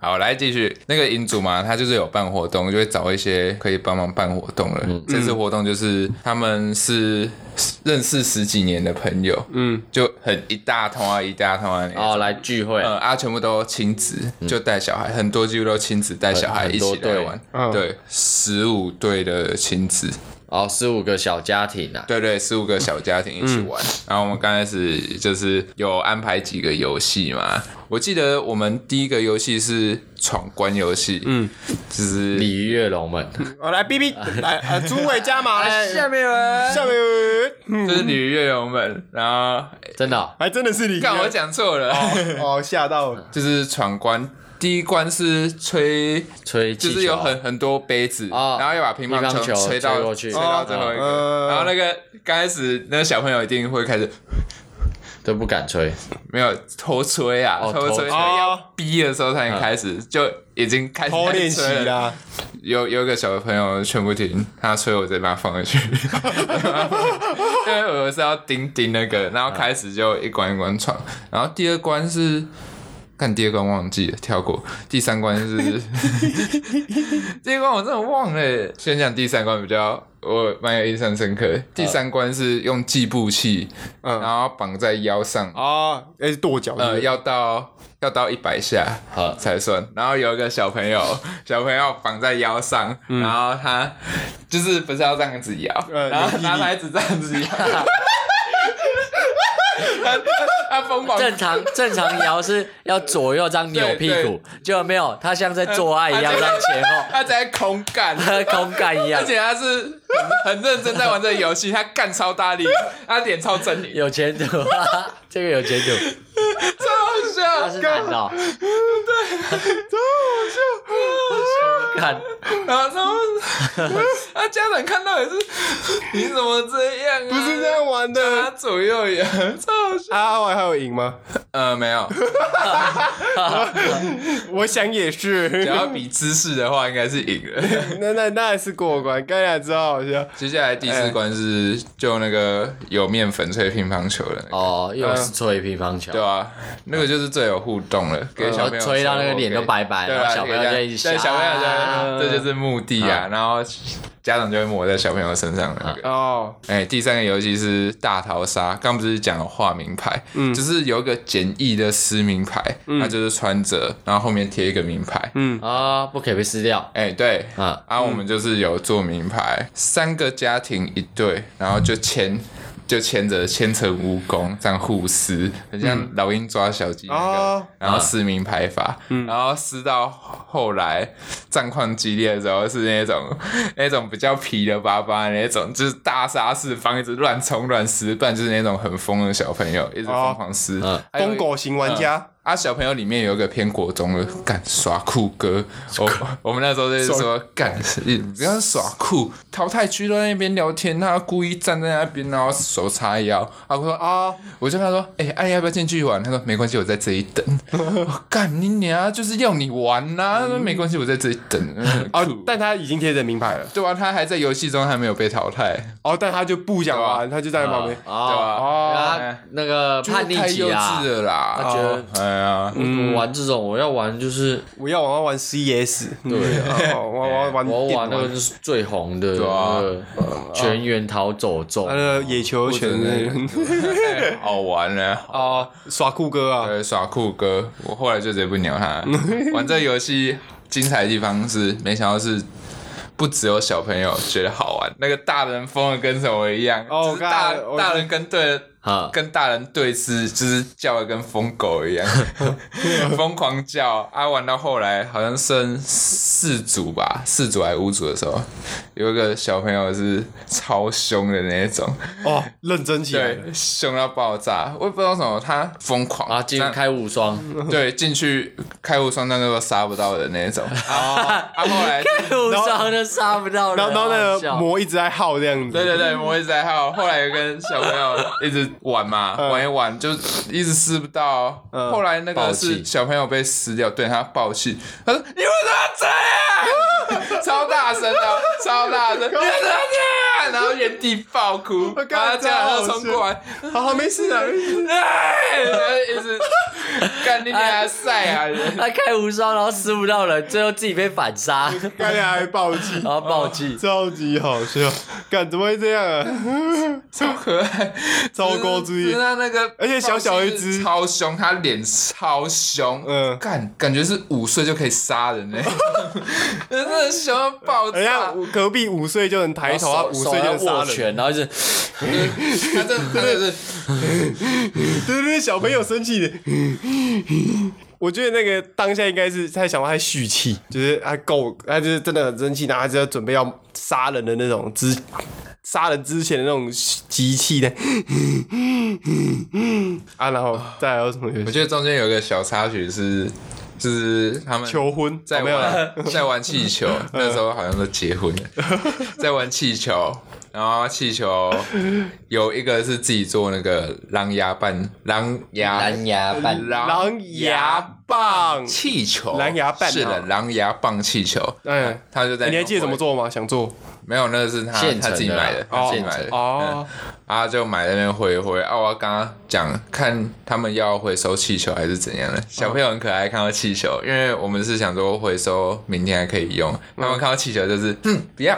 B: 好，来继续那个银主嘛，他就是有办活动，就会找一些可以帮忙办活动的。
A: 嗯
B: 这次活动就是他们是认识十几年的朋友，嗯，就很一大通啊，一大通啊那种。
A: 哦，来聚会。
B: 呃啊，全部都亲子，就带小孩，很多几乎都亲子带小孩
A: 很
B: 一
A: 多
B: 起来
A: 对
B: 玩
C: 嗯。
B: 对，十五对的亲子，
A: 哦，十五个小家庭啊。
B: 对对，十五个小家庭一起玩。然后我们刚开始就是有安排几个游戏嘛，我记得我们第一个游戏是闯关游戏，嗯，就是
A: 鲤鱼跃龙门，
C: 我来哔哔，来呃，诸位加码来，下
B: 面有人，
C: 面有人，嗯
B: 就是鲤鱼跃龙门，然后
A: 真的哦
C: 还哎真的是你，
B: 干我讲哎错了，
C: 哦，吓到了，
B: 就是闯关。第一关是吹，
A: 吹气
B: 就
A: 球，
B: 是有很很多杯子，
A: 哦
B: 然后要把乒乓
A: 乒乓球
B: 吹到
A: 吹过去
B: 吹到最后一
C: 哦
B: 个。然后那个刚开始，那个小朋友一定会开始
A: 都不敢吹。
B: 没有偷吹啊，
A: 哦
B: 偷
A: 偷
B: 吹
A: 吹
B: 要逼的时候才能开始，就已经开始
C: 偷啊练习
B: 在吹了。
C: 啦，
B: 有有一个小朋友全部停，他吹我再把它放回 去，因为我是要盯盯那个，然后开始就一关一关闯，然后第二关是。看第二关忘记了，跳过。第三关是， 第二关我真的忘了耶。先讲第三关比较我蛮有印象深刻。第三关是用计步器，
C: 啊嗯
B: 然后绑在腰上，
C: 啊，那是跺脚，
B: 呃，
C: 呃，
B: 要到要到一百下
A: 嗯好
B: 才算。然后有一个小朋友， 小朋友绑在腰上，
A: 嗯
B: 然后他就是不是要这样子摇，
C: 呃
B: 然后
C: 有毅力
B: 拿牌子这样子摇。他他他疯狂
A: 正 常正常摇是要左右这样扭屁
B: 对
A: 股，就没有他像在做啊爱一样
B: 他
A: 在
B: 在
A: 前后，
B: 他在空干，
A: 他 空干一样
B: 呃而。且他是很很认真在玩这个游戏，他干超大力，他脸超狰狞，
A: 有前途， 这个有前途，
B: 超
A: 他
B: 好笑
A: 是。男的、哦， 对，这好笑，
B: 然后他 们他家长看到也是，你怎么这样、啊？
C: 不是这样玩的
B: 他。左右摇，超好笑。
C: 啊，阿伟还有赢吗？
B: 呃，没有，
C: 我想也
B: 只
C: 是。
B: 要比姿势的话，应该是赢了。
C: 那那那还是过关，刚才知道好像
B: 接下来第四关是就那个有面粉吹乒乓球的、那个，
A: 哦，又是吹乒乓球，
B: 对啊，那个就是最有互动了，给
A: 然
B: 小朋友
A: 后哦呃吹到那个脸都白白
B: 对啊
A: 然后小朋友
B: 给
A: 就一直嗯笑
B: 对小朋友
A: 啊
B: 就这就是目的啊，然后家长就会抹在小朋友身上的那
A: 嗯
B: 个。
C: 哦，
B: 哎、第三个游戏是大逃杀，刚不是讲有画名牌，
A: 嗯
B: 就是有一个简易的撕名牌，它就是穿着，然后后面贴一个名牌，嗯，
A: 啊、不可以被撕掉，
B: 哎、对，
A: 啊
B: 啊，然后我们就是有做名牌，三个家庭一对，然后就牵。就牵着牵成蜈蚣这样互撕，很像老鹰抓小鸡那个，
C: 嗯哦
B: 然后撕名牌法，然后撕到后来战况激烈的时候是那种那种比较皮的巴巴那种，就是大杀四方一直乱冲乱撕，不然就是那种很疯的小朋友一直
C: 哦
B: 疯狂撕，
A: 嗯
B: 还有一
C: 疯狗型玩家，
B: 啊，小朋友里面有一个偏国中的，干耍酷哥。我我们那时候就是说，干，你不要耍酷。淘汰区都在那边聊天，他故意站在那边，然后手叉腰。啊，我说啊，
C: 哦
B: 我就跟他说，哎、哎、要不要进去玩？他说没关系，我在这里等。我干你娘，就是要你玩呐、他说没关系，我在这里等。 啊
C: 哦，，但他已经贴着名牌了，
B: 对啊，他还在游戏中还没有被淘汰，
C: 哦，但他就不想玩，他就在旁边。
B: 对吧、
A: 啊，
B: 啊？
A: 他那个叛逆
B: 太幼
A: 期啊
B: 稚，了啦！
A: 他觉得
B: 哦哎呀，
A: 我玩这种我要玩就是
C: 我要玩玩玩 CS，对， 哦我要玩
A: 我
C: 玩电
A: 玩那个
C: 玩，嗯
A: 就是最红的，
B: 对啊
A: 那个全员逃走咒
C: 他，那个野球拳
B: 真的太好玩啊了。
C: 哦，耍酷哥啊，
B: 呃，耍酷哥，我后来就直接不鸟他。玩这游戏精彩的地方是，没想到是不只有小朋友觉得好玩，那个大人疯的跟什么一样。
C: 哦
B: 就是大
C: 干我
B: 大人跟对
A: 哈
B: 跟大人对峙，就是叫的跟疯狗一 样，疯狂叫啊！玩到后来好像剩四组吧，四组还是五组的时候，有一个小朋友是超凶的那一种，
C: 哦， 认真起来
B: 对
C: 了，，
B: 凶到爆炸。我也不知道为什么，他疯狂
A: 啊，进
B: 但
A: 开无双，
C: 嗯
B: 对，进去开无双战队都杀不到的那一种。
C: 哦
B: 啊，啊后来，
A: 无双都杀不到人，
C: 然后然后那
A: 好
C: 个
A: 笑
C: 魔一直在耗这样
B: 对
C: 子，
B: 对对，魔一直在耗。后来有跟小朋友一直玩嘛，
C: 嗯
B: 玩一玩就一直撕不到。后来那
A: 暴
B: 个
A: 气
B: 是小朋友被撕掉，对他暴气，他说：“你为什么要这样？” 超大声的，超大 声，你为什么要这样？然后原地爆哭，
C: 我
B: 然后他
C: 刚刚
B: 家长就冲过来，
C: 好好没事啊，没 事
B: 哎，然后一直干你
C: 哎
B: 俩晒啊！
A: 他开无双，然后撕不到人，最后自己被反 杀，然
C: 刚才还暴 气，
A: 后暴击。
C: 超级好笑，干怎么会这样 啊？
B: 超可爱，
C: 超高注意
B: 只是他那个，
C: 而且小小一只
B: 超凶，他脸超凶，
C: 嗯
B: 嗯，感感觉是五岁就可以杀人呢、 真的凶到爆
C: 人家
B: 炸。
C: 隔壁五岁就能抬头，他啊
A: 手
C: 五岁就能
A: 手要
C: 杀
A: 握
C: 人，
A: 拳，然后就是
B: 他真的真的是，
C: 对对对，小朋友生气的。 我觉得那个当下应该是他想到他蓄气，就是他够，他就是真的很生气，然后他就准备要杀人的那种之杀人之前的那种机器的 啊，然后再来有什么游
B: 我
C: 戏？
B: 觉得中间有个小插曲是，就是他们
C: 求婚
B: 在
C: 哦没有啦嗯
B: 玩 在玩气球，那时候好像都结婚 了，在玩气球，然后气球有一个是自己做那个狼牙棒，狼牙
A: 蓝牙
C: 嗯
A: 半
C: 狼牙 棒，
B: 气球，
C: 狼牙棒啊
B: 是的，狼牙棒气球，
C: 哎，
B: 他就在。
C: 你还记得怎么？做吗？想做
B: 没有，那个是他
A: 现成的
B: 他
A: 啦
B: 自己买的，
A: 哦
B: 他自己买的。
C: 哦，
B: 啊，就买在那边挥一挥。啊，我刚刚讲看他们要回收气球还是怎
C: 哦
B: 样的，小朋友很可爱，看到气球，因为我们是想说回收，明天还可以用。
C: 嗯
B: 他们看到气球就是，嗯，不 要，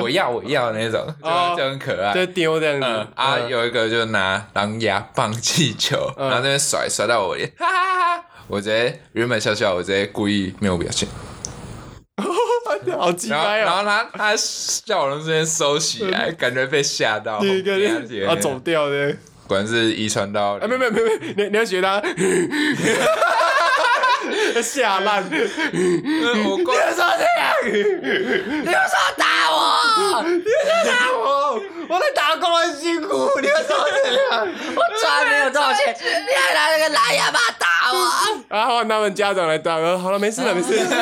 B: 我要，我要那种，
C: 哦
B: 就就很可爱。
C: 就丢这样
B: 嗯
C: 子
B: 啊，有一个就拿狼牙棒气球，
C: 嗯
B: 然后在那边甩甩到我脸，哈哈哈哈！我直接原本笑笑，我直接故意没有表情，
C: 好 鸡
B: 然后
C: 掰
B: 然
C: 啊！
B: 后他他笑容这边收起来，感觉被吓到，
C: 第一个
B: 很不了解
C: 啊走掉的，
B: 果然是遗传到
C: 啊啊，没有没有没有，没有你你要学他， 吓烂，你
B: 有，我光
C: 说这样，你为什么打我？你为什么打我？我在打工很辛苦，你为什么 这样？
A: 赚没有多少钱，你还拿那个蓝牙棒打我？
C: 然后他们家长来打，呃好了，没事了，没事了，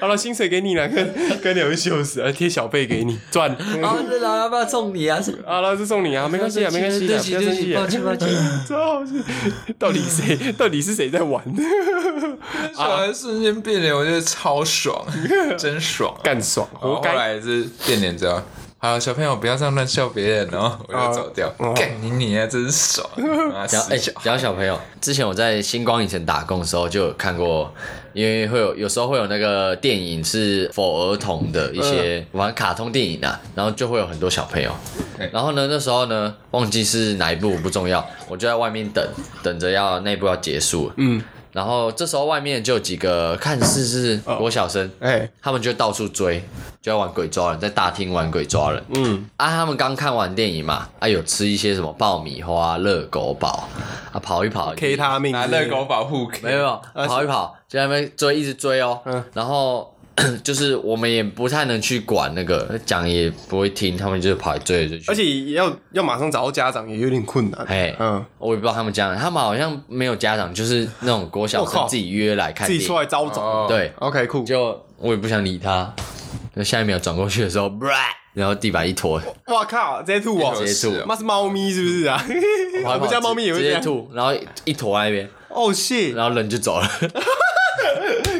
C: 好了，薪水给你了，跟跟你们秀死，呃贴小费给你赚。
A: 然后这蓝牙棒送你啊！是
C: 好了，这送你啊，没关系啊，没关系
A: 对
C: 的，
A: 不
C: 不
A: 起，
C: 要
A: 对不
C: 生
A: 起，
C: 气
A: 抱
C: 啊。
A: 歉，抱歉。
C: 超好笑！到底谁？到底是谁在 玩？
B: 小孩瞬间变脸，我觉得超 爽，真爽、啊！
C: 干爽，
B: 然后
C: 活
B: 后
C: 该！
B: 来是变脸之后，好，小朋友不要这样乱笑别人哦， 我
C: 啊
B: 就走掉。干你你啊，真爽！妈
A: 然后
B: 死
A: 哎，
B: 小
A: 然后小朋友，之前我在星光影城打工的时候就有看过，因为会有有时候会有那个电影是否儿童的一些
C: 嗯
A: 玩卡通电影啊，然后就会有很多小朋友
B: 对。
A: 然后呢，那时候呢，忘记是哪一部不重要，我就在外面等，等着要那部要结束。嗯。然后这时候外面就有几个看似是
C: 哦
A: 国小生，
C: 哎，
A: 他们就到处追，就要玩鬼抓人，在大厅玩鬼抓人。嗯，啊，他们刚看完电影嘛，啊，有吃一些什么爆米花、热狗堡，啊，跑一跑
C: ，K 他命，
B: 拿乐狗保护
A: 没有没有，跑一跑，就在那边追，一直追哦。
C: 嗯
A: 然后就是我们也不太能去管那个，讲也不会听，他们就是跑来追追去。
C: 而且要要马上找到家长也有点困难。
A: 哎，
C: 嗯，
A: 我也不知道他们家长，他们好像没有家长，就是那种国小
C: 我
A: 生
C: 靠
A: 自己约来看
C: 自
A: 电
C: 己出
A: 影。
C: 来招总。
B: 哦
A: 对，
C: OK，酷。
A: 就我也不想理他，就下一秒转过去的时候，然后地板一拖。
C: 哇靠，直接吐哦！
A: 直接吐
C: 妈是猫咪是不是啊？ 我们家猫咪也会
A: 直
C: 这
A: 接
C: 样。
A: 吐，然后一坨在那边，
C: 哦，谢，
A: 然后人就走了，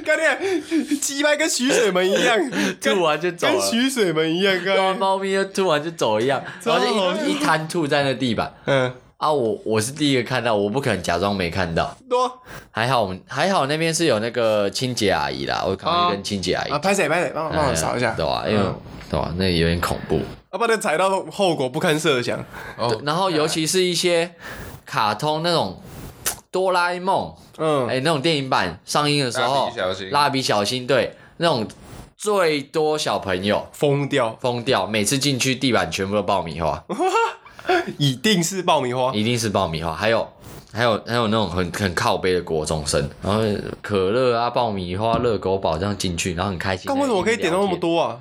C: 干练，鸡巴跟徐水门一样，
A: 吐
C: 跟
A: 完就走
C: 跟
A: 了。
C: 徐水门一样，
A: 然后
C: 干练。
A: 猫咪就吐完就走一样，然后
C: 超好笑
A: 就一一滩吐在那地板
C: 嗯，
A: 啊！我我是第一个看到，我不可能假装没看到。
C: 嗯多
A: 还好我们还好那边是有那个清洁阿姨啦，我赶快去跟清洁阿姨哎
C: 啊，拍谁拍谁，帮我帮我扫一下。
A: 对啊吧？因为
C: 嗯
A: 对吧，那有点恐怖。
C: 要不然踩到后果不堪设想。
B: 哦
A: 对然后尤其是一些卡通那种哆啦 A 梦，
C: 嗯，
A: 哎、那种电影版上映的时候，
B: 蜡笔小新
A: 蜡笔小新对那种最多小朋友
C: 疯掉，
A: 疯掉，每次进去地板全部都爆米花，
C: 一定是爆米花。
A: 一定是爆米花，还有。还有还有那种很很靠背的国中生，然后可乐啊、爆米花、热狗堡这样进去，然后很开心。
C: 但为什么可以点到那么？多啊？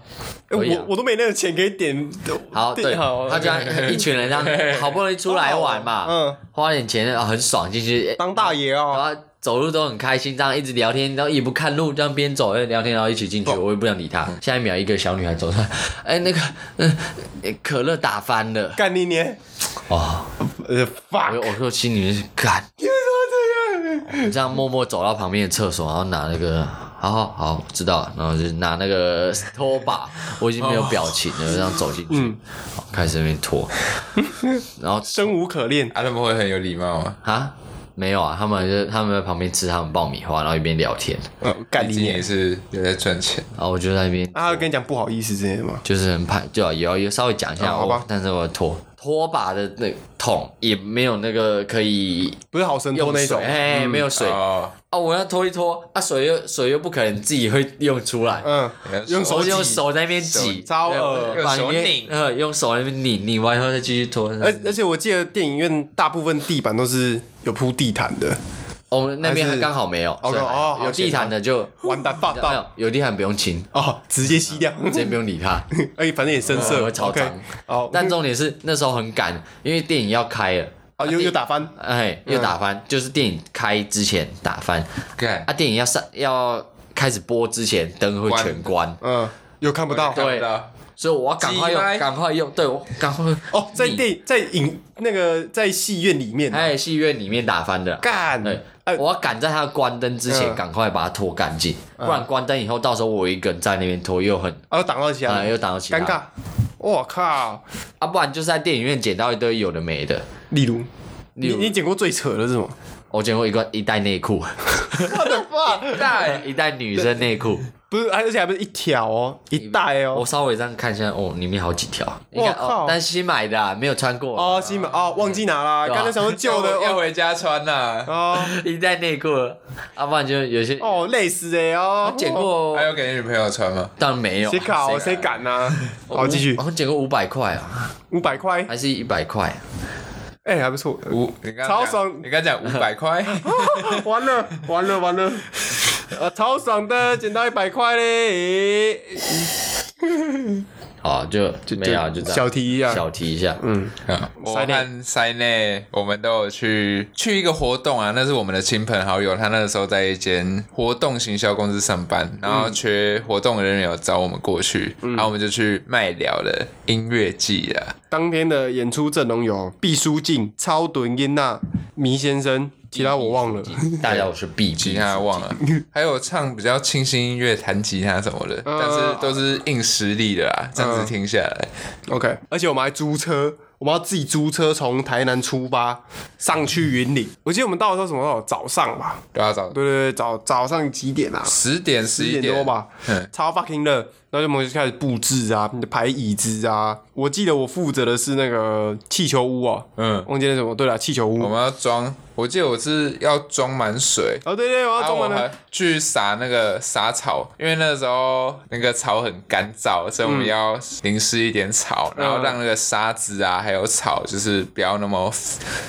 C: 哎
A: 可以啊
C: 我我都没那个钱可以点。
A: 好，
C: 点
A: 对，
C: 好，
A: 他这样一群人这 样，好不容易出来玩嘛，
C: 嗯，
A: 花点钱啊，很爽，进去
C: 当大爷
A: 然
C: 哦。
A: 后走路都很开心，这样一直聊天，然后也不看路，这样边走边聊天，然后一起进
C: 哦
A: 去，我也不想理他。
C: 嗯
A: 下一秒，一个小女孩走上来，哎，那个， 嗯、呃可乐打翻了，
C: 干你娘！
A: 哇！
C: 呃
A: 我
C: ，fuck，
A: 我就心里面是干，
C: 这样
A: 这样默默走到旁边的厕所，然后拿那个，好好好，知道了，然后就拿那个拖把，我已经没有表情
C: 哦
A: 了，这样走进去，
C: 嗯
A: 好开始在那边拖，然后
C: 生无可恋。
B: 啊，他们会很有礼貌吗？
A: 啊，没有啊，他们就他们在旁边吃他们爆米花，然后一边聊天，
C: 嗯，干
B: 毕
C: 你
B: 竟
C: 娘！
B: 也是有在赚钱，
A: 然后我就在那边
C: 啊，他会跟你讲不好意思之类的吗？
A: 就是很怕，就有有稍微讲一下，
C: 哦好吧
A: 哦但是我的拖拖把的那桶也没有那个可以
C: 不是好神偷
A: 用
C: 那
A: 水，
C: 种。嗯
A: 哎、没有水啊、
B: 哦，
A: 我要拖一拖啊，水又水又不可能自己会用出来，
C: 嗯，用
A: 我
C: 手
A: 就
C: 挤
A: 用手在那边挤，
C: 超
B: 对
C: 恶。
B: 用
A: 把里
B: 手
A: 面
B: 拧
A: 呃，用手在那边拧，拧完以后再继续拖。
C: 而而且我记得电影院大部分地板都是有铺地毯的，
A: 我们哦那边
C: 还是
A: 刚好没有，
C: 哦
A: 所以还
C: 哦
A: 好
C: 好
A: 有地毯的就
C: 完蛋霸
A: 没有
C: 道
A: 有地毯不用清，
C: 哦，直接吸掉，
A: 直接不用理它。
C: 哎，反正也深
A: 呃
C: 色，
A: 会超
C: OK
A: 脏
C: 哦，
A: 但重点是那时候很赶，因为电影要开了，啊
C: 哦又又打嗯翻，
A: 哎，又打翻，就是电影开之前打翻
B: 干
A: 啊，电影要上要开始播之前灯会全关，
C: 嗯，又看不到。
A: 对
B: 看不到
A: 所以我要赶快
B: 鸡
A: 用，
B: 掰
A: 赶快用，对我赶快
C: 哦，在
A: 你
C: 电在影那个在戏院里面
A: 哎戏院里面打翻的，
C: 干，
A: 对
C: 哎，
A: 我要赶在它关灯之前
C: 嗯
A: 赶快把它拖干净，不然关灯以后，到时候我一个人在那边拖又很
C: 啊又挡到其他
A: 啊
C: 人，
A: 又挡到其他
C: 尴
A: 人
C: 尬。我靠，
A: 啊，不然就是在电影院捡到一堆有的没的，
C: 例如。
A: 例
C: 你
A: 如
C: 你捡过最扯的是 什么？
A: 我捡过一个一袋内 裤，
C: 我的妈！
B: 大
A: 一袋女生内裤。
C: 不是，而且还不是一条哦，一袋
A: 我
C: 哦。
A: 稍微这样看一下，哦，里面好几条，应该
C: 哇靠
A: 哦但是新买的、啊，没有穿过，
C: 哦，新买哦，忘记拿啦。
A: 对啊
C: 刚才想说 旧的
B: 要
C: 哦
B: 回家穿啊呐，
C: 哦
A: 一袋内裤，啊，不然就有些
C: 哦，累死哎哦
A: 我。捡过
B: 还，有给女朋友穿吗？
A: 当然没有，
C: 谁搞谁敢呐？啊
A: 我
C: 好，继续
A: 我捡过五百块啊，
C: 五百块。
A: 还是一百块，啊
C: 哎哎、还 不错，
B: 五，你刚刚
C: 超
B: 讲
C: 爽
B: 你刚讲五百 块，
C: 完了完了完了，啊，超爽的，捡到一百块嘞！
A: 好，就没有啊就这样
C: 小提一啊
A: 小提一下，
B: 我
C: 塞内
B: 和塞内，我们都有去去一个活动啊，那是我们的亲朋好友，他那个时候在一间活动行销公司上班，然后缺活动人员有找我们过去，
C: 嗯
B: 然后我们就去麦聊了音乐季啊，
C: 当天的演出阵容有毕书尽、超短音娜、迷先生，其他我忘了。
A: 大家我是 B
B: 吉
A: B，
B: 他忘了，还有唱比较清新音乐、弹吉他什么的，
C: 啊
B: 但是都是硬实力的啦，这样子听下来，
C: OK，而且我们还租车，我们要自己租车从台南出发上去云岭。我记得我们到的时候什么时候？早上吧？
B: 都要找
C: 嗯对对对，早早上几点啊？
B: 十点十
C: 十
B: 一
C: 点多吧，超 fucking 热。然后就我们就开始布置啊，排椅子啊。我记得我负责的是那个气球屋啊，
B: 嗯
C: 忘记那什么。对了，气球屋。
B: 我们要装，我记得我是要装满水，
C: 哦，对对，我要
B: 然后啊
C: 中
B: 我
C: 文
B: 还
C: 了。
B: 去撒那个撒草，因为那时候那个草很干燥，所以我
C: 嗯
B: 们要淋湿一点草，然后让那个沙子啊还有草就是不要那么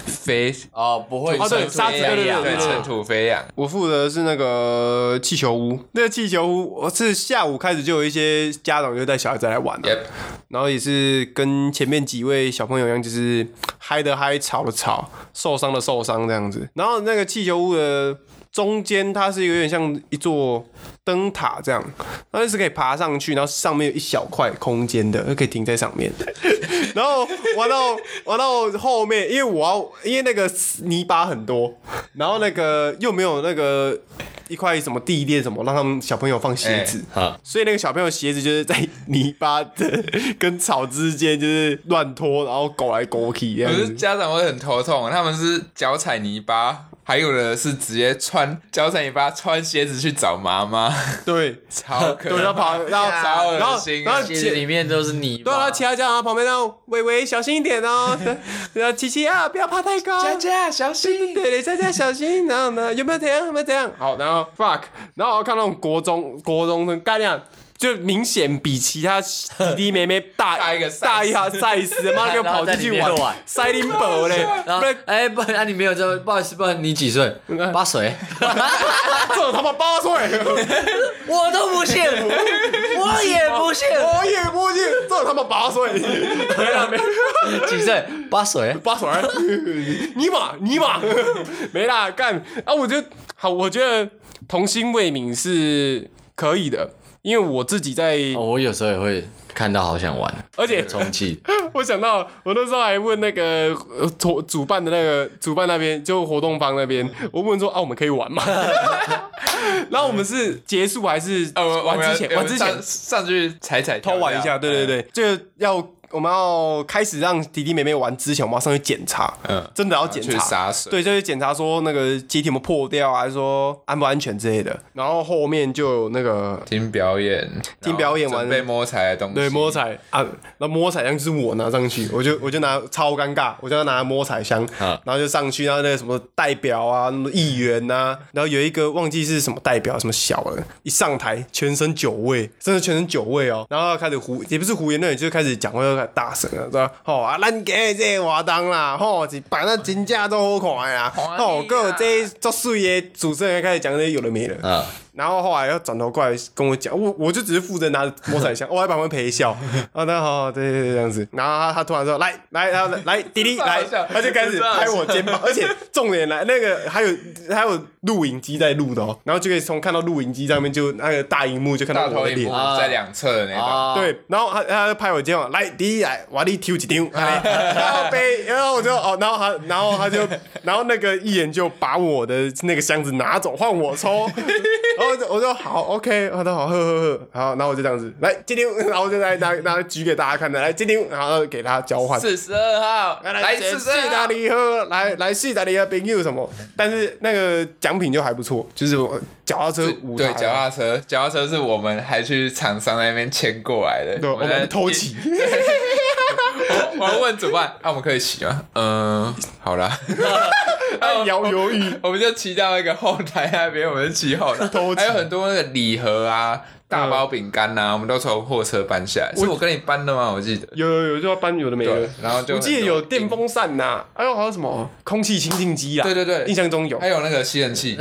B: 飞，
A: 哦，不会
C: 哦对
A: 尘土
C: 沙子
A: 飞
C: 对
A: 扬
B: 对，
C: 对
B: 尘土飞扬。
C: 我负责的是那个气球屋，那个气球屋，我是下午开始就有一些家长就带小孩子来玩了、
B: Yep，
C: 然后也是跟前面几位小朋友一样，就是嗨的嗨，吵的吵，受伤的受伤这样子。然后那个气球屋的中间，它是有点像一座灯塔这样，那就是可以爬上去，然后上面有一小块空间的，就可以停在上面。 然后玩到玩到后面，因为我要因为那个泥巴很多，然后那个又没有那个一块什么地垫什么，让他们小朋友放鞋子。
A: 啊，
C: 所以那个小朋友鞋子就是在泥巴的跟草之间就是乱拖，然后狗来狗去这
B: 可
C: 样
B: 是
C: 子。
B: 家长会很头痛，他们是脚踩泥巴，还有的是直接穿脚踩泥巴穿鞋子去找妈妈，
C: 对，
B: 超可
C: 对，要
B: 怕。
C: 跑，然后
B: 超恶
C: 然后
B: 心啊
C: 然后
A: 鞋子里
C: 其
A: 面都是泥
C: 对啊，然
A: 巴
C: 后。其他家长旁边那种伟伟小心一点 哦，然后琪琪啊不要爬太高，
B: 佳佳小心，
C: 对对，大家小心。然后呢，有没有怎样？有没有怎样？好，然后 fuck，然后我看那种国中国中生干量。就明显比其他弟弟妹妹大
B: 大一个 size
C: 大一下 size，妈就
A: 然后
C: 跑
A: 在
C: 进
A: 里
C: 去
A: 面
C: 玩
A: 玩
C: 塞林堡嘞，
A: 然后
C: 不然，
A: 哎，不，啊，你没有这，不好意思，不好意思，你几岁？八岁，
C: 这种他妈 八岁，
A: 我都不信， 我也不信，
C: 我也不信，这种他妈 八岁，没了没了，
A: 几岁？八岁，
C: 八岁， 尼玛尼玛，没啦，干啊！我就好，我觉得童心未泯是可以的，因为我自己在，
A: 哦我有时候也会看到，好想玩
C: 而且
A: 充气，
C: 我想到，我那时候还问那个呃主主办的那个主办那边，就活动方那边，我问说啊，我们可以玩吗？ 然后我们是结束还是
B: 呃，我
C: 玩
B: 们
C: 之前？
B: 我
C: 玩
B: 们
C: 之前
B: 上上去踩踩跳
C: 偷玩一下，
B: 跳
C: 哎对对对，就要我们要开始让弟弟妹妹玩之前，我们要上去检查，
B: 嗯
C: 真的要检查，
B: 去洒水
C: 对，就去检查说那个阶梯有没有破掉啊，还是说安不安全之类的。然后后面就有那个
B: 听表演，
C: 听表演完
B: 被摸彩的东西，
C: 对，摸彩啊，那摸彩箱就是我拿上去，我就我就拿超尴尬，我就要拿摸彩箱，
A: 啊
C: 然后就上去，然后那个什么代表啊，什么议员呐、啊，然后有一个忘记是什么代表什么小的，一上台全身九位，真的全身九位哦，然后开始胡也不是胡言乱语，就是开始讲话就开始大声了，说吼啊，咱今日这个活动啦，吼是办得真正都好看的啦，吼，还有这作水的主持人开始讲这些有的没的，
A: 嗯，
C: 然后后来要转头过来跟我讲，我我就只是负责拿着 魔彩箱，我还旁边陪笑。啊，那好，好对对对，这样子。然后他他突然说：“来来，他来，弟弟
B: 这么
C: 来
B: 好笑。”
C: 他就开始拍我肩膀，而且重点来那个还有还有录影机在录的哦，然后就可以从看到录影机上面就那个大荧幕就看到
B: 大
C: 我
B: 头
C: 的
B: 一
C: 脸
B: 幕。在两侧的那种，
A: 啊，
C: 对，然后他他就拍我肩膀，来，弟弟来，我你丢一丢， 来然后背，然后我就哦，然后他，然后他就， 然后那个艺人就把我的那个箱子拿走，换我抽，然后我就我就好，OK，好的，好，呵呵呵，好，然后我就这样子，来，今天， 然后我就来拿拿举给大家看的，来，今天，然后给他交换。
B: 四十二号，来啊
C: 是
B: 四十
C: 意
B: 二
C: 大
B: 号，
C: 利喝，来来是意大利喝冰 u 什么？但是那个奖品就还不错，就是我脚踏车舞台
B: 对
C: 啊，，
B: 脚踏车，脚踏车是我们还去厂商那边签过来的，
C: 对，我
B: 在
C: 们 偷骑。
B: 我我问主办，啊，我们可以骑吗？嗯，好啦， 哦
C: 摇鱿鱼，
B: 我们就骑到那个后台那边，我们就骑后台，
C: 偷骑
B: 还有很多那个礼盒啊。大包饼干啊呐，我们都从货车搬下来，是我跟你搬的吗？我记得。
C: 有有有，就要搬有的没的
B: 对，然后就
C: 我记得
B: 很多
C: 有电风扇呐，哎呦，还有什么空气清净机啊？
B: 对对对哎
C: 印象中有
B: 还，有那个吸尘器，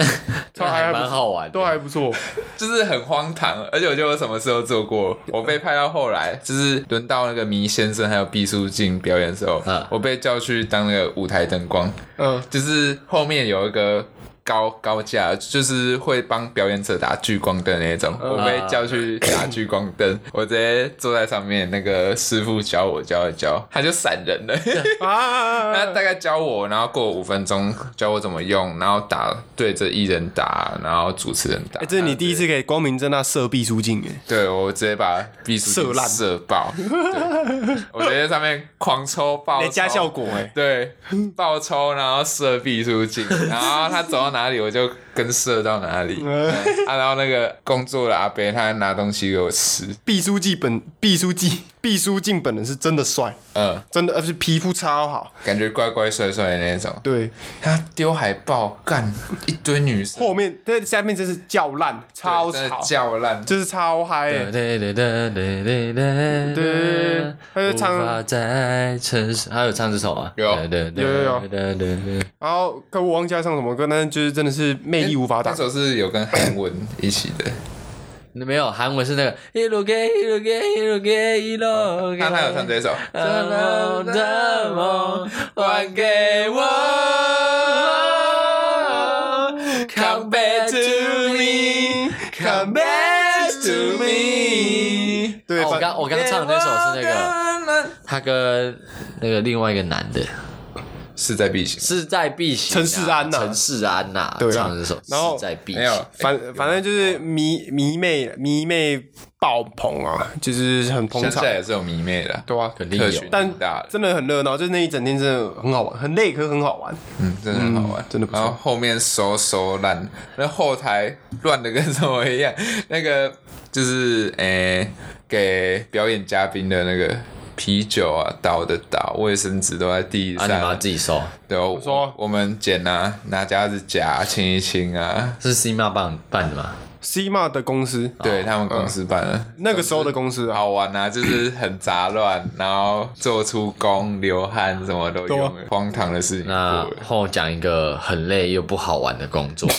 C: 超
A: 还蛮
C: 不错
A: 好玩的
C: 都还 不错。
B: 就是很荒唐，而且我就我什么事都做过。我被派到后来， 就是轮到那个迷先生还有毕书尽表演的时候
A: 嗯，
B: 我被叫去当那个舞台灯光，
C: 嗯，
B: 就是后面有一个高高架，就是会帮表演者打聚光灯的那种。我被叫去打聚光灯，我直接坐在上面，那个师傅教我教一教，他就闪人了。 他
C: 啊，
B: 大概教我，然后过五分钟教我怎么用，然后打对着艺人打，然后主持人打。
C: 哎，这是你第一次给光明正大射毕书尽哎，
B: 对我直接把避暑
C: 射烂
B: 射爆，对我直接在上面狂抽爆抽，
C: 来加效果哎，
B: 对，爆抽，然后射毕书 尽，然后他走到哪里我就跟射到哪里。嗯啊，然后那个工作的阿伯他还拿东西给我吃，
C: 毕书尽本毕书尽毕书尽本人是真的帅，
B: 嗯，
C: 真的而且皮肤超好。
B: 感觉乖乖帅帅的那种。
C: 对，
B: 他丢海报，干一堆女生，
C: 后面在下面真是叫烂，超
B: 真的
C: 吵，
B: 叫烂，
C: 就是超嗨哎。
A: 对
C: 他就唱
A: 无法再承受，他有唱这首吗？
B: 有
A: 对对
C: 有有有
A: 对对对，
C: 然后可我忘记他唱什么歌，但是就是真的是魅力无法
B: 那
C: 挡。
B: 首是有跟韩文一起 的，
A: 那没有韩文是那个一路给一路给一路给一路给，
B: 那他有唱这首。
A: 这样的梦还给我，Come back to me。Come back to me
C: 对
A: 哦我
C: 反
A: 刚我刚唱的那首是那个
B: 个
A: 他跟那个另外一个男的，
B: 势在必行，
A: 势在必行、啊。
C: 陈世安呐
A: 陈世安呐、
C: 对啊
A: 唱这首《
C: 然后
A: 势在必行啊
B: 没》有，
C: 反反正就是迷迷妹迷妹爆棚啊，就是很捧
B: 乡
C: 场
B: 下，也是有迷妹的，
C: 对啊，
A: 肯定
B: 特
A: 有
B: 权
C: 但
B: 大的，
C: 真的很热闹，就是那一整天真的很好玩，很累可是很好玩。
B: 嗯，真的很好玩
C: 嗯，真的不错
B: 然后后面收收烂，那后台乱的跟什么一样， 那个就是诶、给表演嘉宾的那个。啤酒啊，倒的倒，卫生纸都在地
A: 啊，你把它
B: 上。
A: 自己收，
B: 对，我
C: 说
B: 我们捡啊，拿夹子夹，清一清啊。
A: 是 C 妈办办的吗？
C: C m a 的公司，
B: 对他们啊公司办的，
C: 那个时候的公司啊，
B: 好玩啊，就是很杂 乱，然后做出工、流汗什么都
C: 对啊
B: 有，荒唐的事情
A: 那
B: 过了。
A: 后讲一个很累又不好玩的工 作。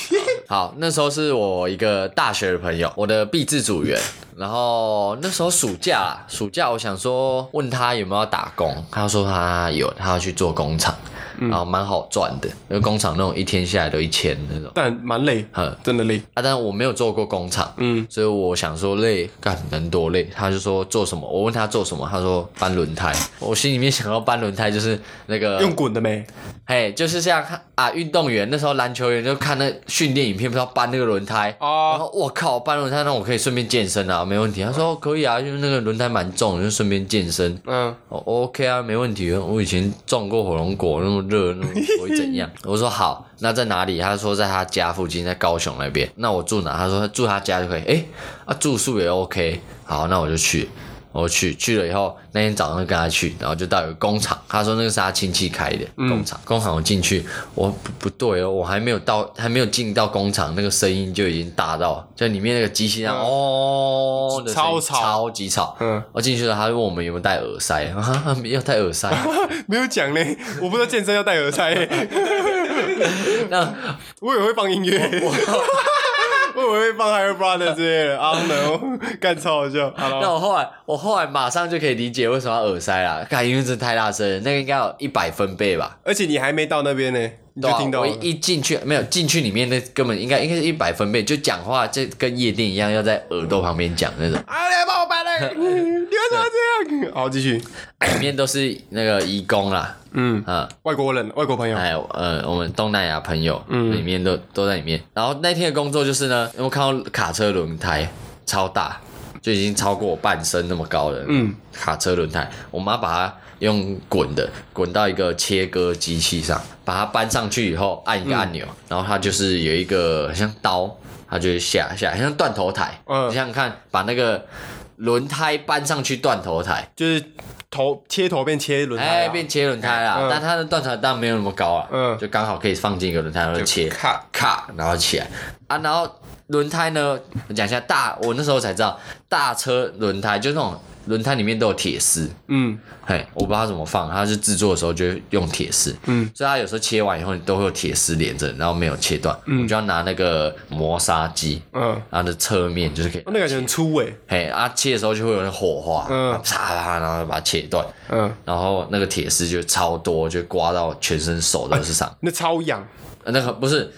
A: 好，那时候是我一个大学的朋友，我的毕制组员。然后那时候暑假啦，暑假我想说问他有没有要打工，他说他有，他要去做工厂，
C: 嗯
A: 然后蛮好赚的，因为工厂那种一天下来都一千那种。
C: 但蛮累，
A: 嗯
C: 真的累。
A: 啊，但是我没有做过工厂，
C: 嗯，
A: 所以我想说累，干能多累？他就说做什么？我问他做什么，他说搬轮胎。我心里面想要搬轮胎就是那个
C: 用滚的没？
A: 嘿，就是像啊，运动员那时候篮球员就看那训练影片，不知道搬那个轮胎
C: 哦
A: 然后我靠，搬轮胎，那我可以顺便健身啊，没问题。他说可以啊，因为那个轮胎蛮重，就顺便健身。
C: 嗯，
A: 哦，OK 啊，没问题。我以前撞过火龙果，那么热，那么不会怎样。 我说好，那在哪里？他说在他家附近，在高雄那边。那我住哪？他说住他家就可以。诶，啊，住宿也 OK。好，那我就去。我去去了以后，那天早上就跟他去，然后就到有个工厂，他说那个是他亲戚开的
C: 嗯
A: 工厂。工厂我进去，我不不对哦，我还没有到，还没有进到工厂，那个声音就已经大到，就里面那个机器那样、哦的声音
C: 嗯超吵
A: 超级吵。
C: 嗯
A: 嗯，我进去了，他就问我们有没有戴耳塞， 啊，没有戴耳 塞。
C: 没有讲嘞，我不知道健身要戴耳塞，
A: 那
C: 我也会放音乐， 我也会放 Higher Brother 之类的，I don't know，干 超好笑。好
A: 那
C: 了，
A: 我后来我后来马上就可以理解为什么要耳塞啦，看因为这太大声了，那个应该有一百分贝吧。
C: 而且你还没到那边呢，你
A: 对
C: 就
A: 啊，
C: 听到
A: 我
C: 了。
A: 一进去没有进去里面，那根本应该应该是一百分贝，就讲话这跟夜店一样，要在耳朵旁边讲那种。
C: 啊，你还帮我搬嘞！你为什么这样？好，继续。
A: 里面都是那个义工啦，
C: 嗯，
A: 啊、
C: 外国人，外国朋友，嗯
A: 还有呃，我们东南亚朋友，里面都都在里面。然后那天的工作就是呢，我看到卡车轮胎超大，就已经超过我半身那么高了。嗯，卡车轮胎，我妈把它用滚的滚到一个切割机器上，把它搬上去以后按一个按钮，
C: 嗯
A: 然后它就是有一个很像刀，它就会下下，很像断头台。
C: 嗯
A: 你想想看，把那个轮胎搬上去断头台。
C: 就是头切头变切轮胎
A: 哎，
C: 啊，
A: 变切轮胎啦，
C: 嗯
A: 但它的断头当然没有那么高啊，
C: 嗯
A: 就刚好可以放进一个轮胎，然后
B: 就
A: 切
B: 咔
A: 咔，然后起来啊，然后轮胎呢，我讲一下大，我那时候才知道大车轮胎就那种轮胎里面都有铁丝，
C: 嗯，
A: 嘿，我不知道它怎么放，它是制作的时候就用铁丝，嗯，所以它有时候切完以后你都会有铁丝连着，然后没有切断，嗯，我就要拿那个磨砂机，
C: 嗯，
A: 它的侧面就是可以，
C: 那感觉很粗诶、
A: 嘿，啊切的时候就会有那火花，
C: 嗯
A: 嗯，啪啪，然后把它切断，
C: 嗯，
A: 然后那个铁丝就超多，就刮到全身手都是伤，
C: 那超痒，
A: 呃那个不是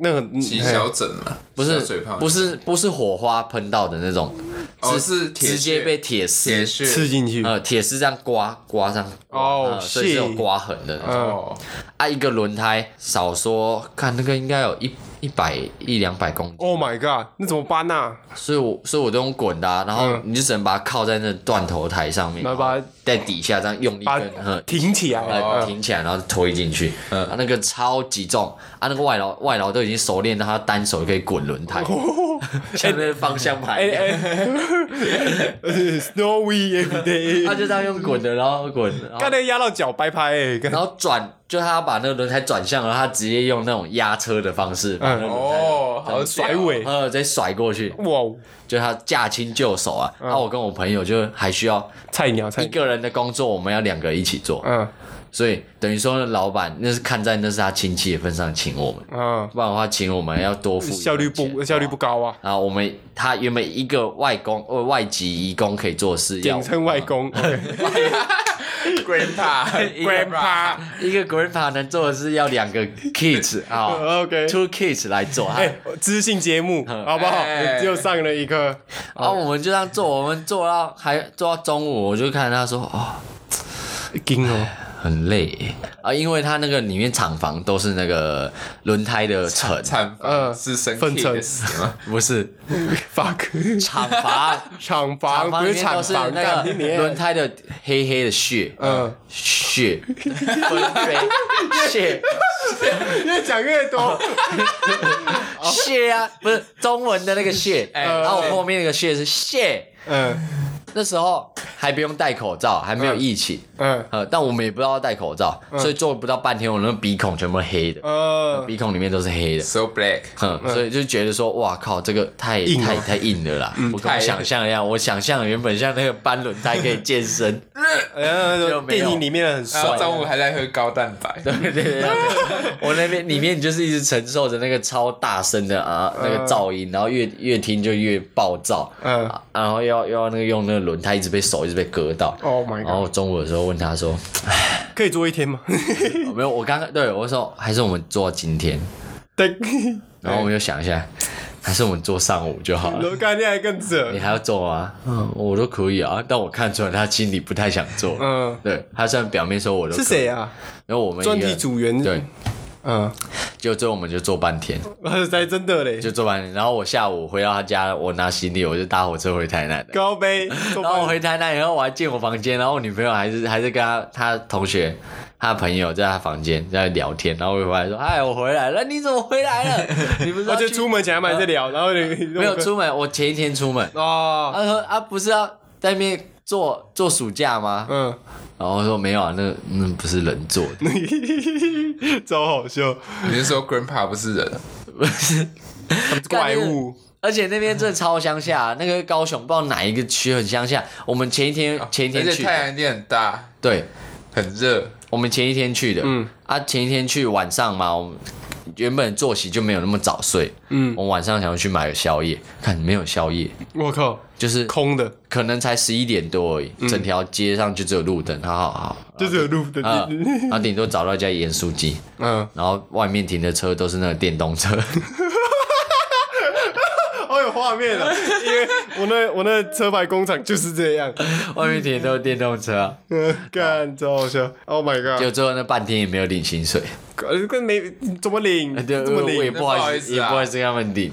C: 那嗯很
B: 起小疹啊，
A: 不
B: 小
A: 是
B: 水泡，
A: 不是不是火花喷到的那种，
B: 哦是铁屑
A: 直接被铁
B: 铁
A: 丝
B: 屑
C: 刺进去，
A: 呃铁丝这样刮刮上
C: 哦
A: 呃所以是有
C: 是呃
A: 刮痕的那种。
C: 嗯
B: 哦，
A: 啊，一个轮胎少说看那个应该有一一百一两百公斤，
C: Oh my god，那怎么搬啊？
A: 所以我所以我都用滚的、啊，然后你就只能把它靠在那断头台上面，
C: 然后把它
A: 然后在底下这样用力
C: 把
A: 跟呃
C: 挺起来，
A: 呃
C: 嗯
A: 挺起来，然后推进去，啊那个超级重啊，那个外劳外劳都已经熟练到他单手就可以滚轮胎， 像那个方向盘一
C: 哦 哎
A: 样。
C: 哎，Snowy every
A: 他
C: day，
A: 就这样用滚的，然后滚，然
C: 刚
A: 后
C: 才压到脚掰拍哎，干
A: 然后转，就他把那个轮胎转向了，他直接用那种压车的方式，把那个轮胎
B: 哦，好
C: 甩
B: 屌，
C: 尾，哇
A: 呃直接甩过去，
C: 哦，
A: 就他驾轻就熟啊。
C: 嗯
A: 然后我跟我朋友就还需要
C: 菜鸟菜
A: 一
C: 鸟，
A: 个人的工作，我们要两个一起做，
C: 嗯
A: 所以等于说老板那是看在那是他亲戚的份上请我们，
C: 嗯，
A: 不然的话请我们要多付一份
C: 效率
A: 钱
C: 不效率不。高啊，
A: 啊，我们他原本一个外公呃外籍移工可以做的事，要啊
C: 简称外 公
B: grandpa，grandpa，
C: ，Grandpa。
A: 一个 grandpa 能做的事要两个 kids 啊
C: OK，
A: ，two kids 来做。啊
C: 哎，知性节目
A: 嗯
C: 好不好
B: 哎？
C: 只有上了 一个，
A: 啊，我们就这样做，我们做到还做到中午，我就看他说哦，
C: 金哦，
A: 很累耶啊，因为他那个里面厂房都是那个轮胎的层，
B: 产
C: 呃
B: 房是生
C: 粪
B: K
C: 尘
B: 的死吗？
A: 不是
C: fuck，
A: 厂房，
C: 厂
A: 厂
C: 房
A: 房
C: 不
A: 里
C: 是
A: 面都
C: 厂
A: 是
C: 房，
A: 那
C: 干
A: 个
C: 你娘
A: 轮胎的黑黑的血，
C: 嗯
A: 嗯，血纷飞，血
C: 越讲越多，
A: 哦血啊，不是中文的那个血，
B: 哎
A: 然后我后面那个血是血，
C: 嗯
A: 那时候还不用戴口罩，还没有疫情。
C: 嗯
A: 呃，但我们也不知道要戴口罩，所以做不到半天，我那个鼻孔全部黑的，
C: 呃，
A: 鼻孔里面都是黑的，
B: So black，
A: 哼，所以就觉得说，哇靠，这个太
C: 硬哦
A: 太太硬了啦！我跟我
B: 太
A: 想象一样，我想象原本像那个搬轮胎可以健身，
C: 呃
A: 就，没有啊
C: 电影里面的很
B: 然后
C: 帅，
B: 中午还在喝高蛋白，
A: 对对对，我那边里面就是一直承受着那个超大声的啊那个噪音，然后越越听就越暴躁，
C: 嗯
A: 啊然后要要那个用那个轮胎一直被手一直被割到。
C: ，Oh my
A: 然
C: god，
A: 后中午的时候问他 说，
C: 可以做一天吗？
A: 哦没有，我刚刚对我说还是我们做到今天，
C: 对，
A: 然后我们又想一下，还是我们做上午就好了。
C: 楼干那还更扯
A: 你，还要做吗？嗯，我都可以啊，但我看出来他心里不太想做。
C: 嗯
A: 对他虽然表面说我都
C: 是谁
A: 啊？
C: 啊？
A: 然后我们一个
C: 专题组员，
A: 对，
C: 嗯，
A: 就最后我们就做半天，
C: 呃，才真的嘞，
A: 就做半天。然后我下午回到他家，我拿行李，我就搭火车回台南的。
C: 高杯， 做
A: 然后我
C: 饭
A: 回台南以后，我还进我房间，然后我女朋友还是还是跟他他同学、他朋友在他房间在聊天，然后我回来说：“哎，我回来了，你怎么回来了？你不是
C: 我
A: 要
C: 就
A: 去啊
C: 出门前还蛮在聊，然后你
A: 没有出门？我前一天出门。
C: 哦，
A: 他说啊，不是要在那边做做暑假吗？
C: 嗯，
A: 然后我说没有啊，那那不是人做的，
C: 超好笑，
B: 你是说 grandpa 不是人？啊
A: 不是
C: 怪。物，
A: 而且那边真的超乡下、啊那个高雄不知道哪一个区很乡下。我们前一天前一
B: 而
A: 天
B: 且
A: 去，
B: 太阳一定很大，
A: 对，
B: 很热，
A: 我们前一天去的。嗯啊，前一天去晚上嘛，我们原本作息就没有那么早睡。嗯，我晚上想要去买个宵夜，看没有宵夜，
C: 我靠，
A: 就是
C: 空的，
A: 可能才十一点多而已，整条街上就只有路灯。好好好，
C: 就是有路的，
A: 啊，然后顶多找到一家盐酥鸡，
C: 嗯，
A: 然后外面停的车都是那个电动车。
C: 好有画面啊，因为我那我那车牌工厂就是这样，
A: 外面停的都是电动车啊，
C: 嗯，干，超好笑，Oh my
A: 就
C: god，
A: 最后那半天也没有领薪 水，
C: 呃，跟没怎么领，
A: 哎对，
C: 怎么
A: 我
C: 领
A: 也？不好意思，啊也
B: 那
A: 不
B: 不
A: 好
B: 好
A: 意思跟他们领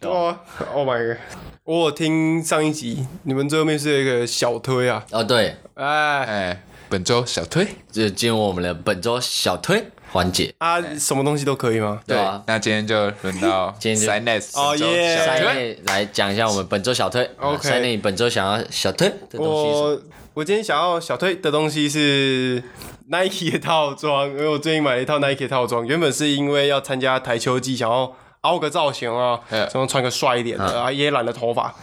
A: 的。
C: 哇，Oh my god！我有听上一集，你们最后面是有一个小推啊，
A: 哦，对，
C: 哎
B: 哎，本周小推，
A: 就进入我们的本周小推环节。
C: 啊，什么东西都可以吗？
A: 对
B: 对
A: 啊，
B: 那今天就轮到
A: 今天就
B: Sinus
C: 哦耶
A: 三
B: 小推，
A: 内来讲一下我们本周小推啊
C: OK 哦
A: 三内本周想要小推的东西是什么，
C: 我我今天想要小推的东西是 Nike 的套装，因为我最近买了一套 Nike 的套装，原本是因为要参加台球季，想要凹个造型啊，
B: 嗯
C: 然后穿个帅一点的啊，也染了头发，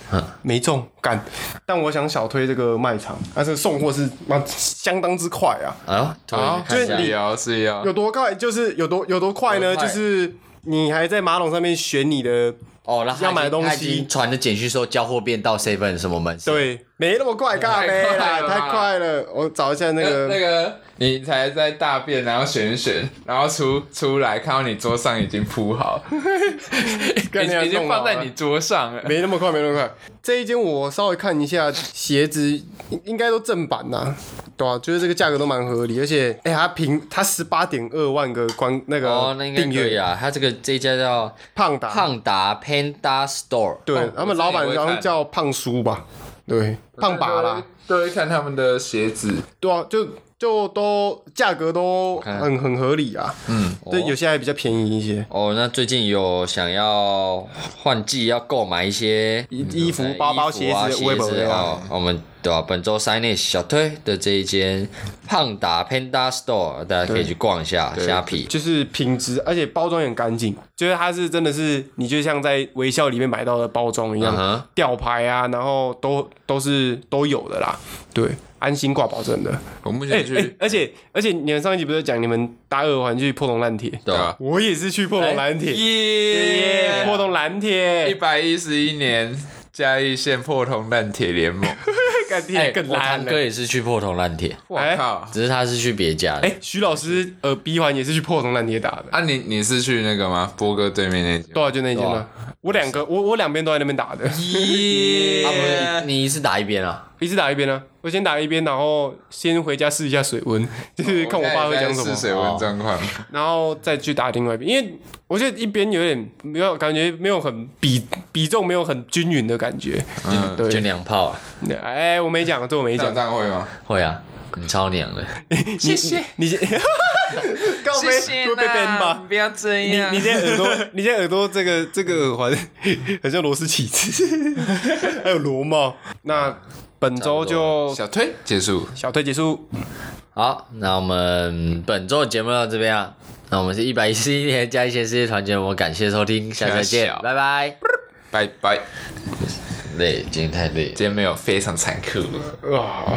C: 没中干。但我想小推这个卖场，但是送货是妈相当之快啊，
A: 哎呦，突然
B: 好，
A: 看
B: 是
A: 一下
B: 也要是要
C: 有多快？就是有多嗯有多快
B: 多
C: 呢？就
B: 快
C: 是你还在马桶上面选你的，
A: 哦，然后
C: 要买东西
A: 他已经他已经传的简讯说交货便到 seven 什么门市，
C: 对，没那么快，干
B: 太
C: 没
B: 快
C: 啦，
B: 了
C: 太
B: 吧
C: 快了。我找一下那
B: 那
C: 个
B: 那个，你才在大便，然后选一选，然后出出来，看到你桌上已经铺 好，
C: 干
B: 已
C: 你还
B: 经已经
C: 弄好
B: 放在
C: 了
B: 你桌上 了。
C: 没那么快，没那么快。这一间我稍微看一下，鞋子应应该都正版呐、对啊，就是这个价格都蛮合理，而且哎、它平它十八点二万个观那
A: 哦
C: 个，
A: 那应该
C: 订
A: 可以
C: 阅、
A: 啊。他这个这一家叫
C: 胖达，
A: 胖达 Panda Store，
C: 对、
B: 哦
C: 他们老板
B: 我自己也会
C: 好像
B: 看
C: 叫胖叔吧，对，胖爸啦，
B: 都会，都会看他们的鞋子，
C: 对啊，就就都价格都
A: 看
C: 很很合理啊，嗯，对，有些还比较便宜一些。
A: 哦，那最近有想要换季要购买一些
C: 衣衣服
A: 呃
C: 包包
A: 衣服啊
C: 鞋子
A: 鞋
C: 微博
A: 子
C: 对啊
A: 哦，我们对吧、本周三内小推的这一间胖达 Panda Store，大家可以去逛一下虾皮。
C: 就是品质，而且包装也很干净，就是它是真的是你就像在微笑里面买到的包装一样
A: 嗯哼
C: 吊牌啊，然后都都是都有的啦，对，安心挂保证的。
B: 我目
C: 哎、
B: 前去、
C: 哎而且而且你们上一集不是讲你们搭二环去破铜烂铁，
A: 对哎吧
B: 啊？
C: 我也是去破铜烂铁，
B: 耶
C: 破铜烂
B: 一
A: 哎
C: 铁，
B: 百一十一年嘉义县破铜烂铁联盟，
C: 干
A: 哎
C: 爹更
A: 我
C: 烂
A: 堂
C: 了
A: 哥。也是去破铜烂铁，
B: 我
C: 哎
B: 靠！
A: 只是他是去别家的。
C: 哎、徐老师，呃，B 环也是去破铜烂铁打的，
B: 啊你，你是去那个吗？波哥对面那间？
C: 多少就那一间了。我两个，我我两边都在那边打的。
B: 耶
A: 啊，不是你一次打一边啊？
C: 一次打一边啊，我先打一边，然后先回家试一下水温，就是看我爸会讲什
B: 试水
C: 么，哦
B: 温状况，
C: 然后再去打另外一边，因为我觉得一边有点没有感觉，没有很比比重没有很均匀的感觉。
B: 嗯，
C: 对
A: 就娘炮啊？
C: 哎，我没讲，这我没
B: 你
C: 讲
B: 讲这。样会吗？
A: 会啊，你超娘的。
C: 谢谢你，你告别会被 ban 吧？
B: 不要这
C: 你你现在耳朵，你现在耳朵这个这个耳环很像螺丝起子，还有螺帽。那本周就
B: 小推结束，
C: 小推结束，
A: 好，那我们本周的节目到这边啊。那我们是一百一十一年加一些世界团结，我们感谢收听，下次再见
B: 太小，
A: 拜拜。
B: 拜拜。
A: 累，今天太累了。
B: 今天没有非常残酷。
C: 哇！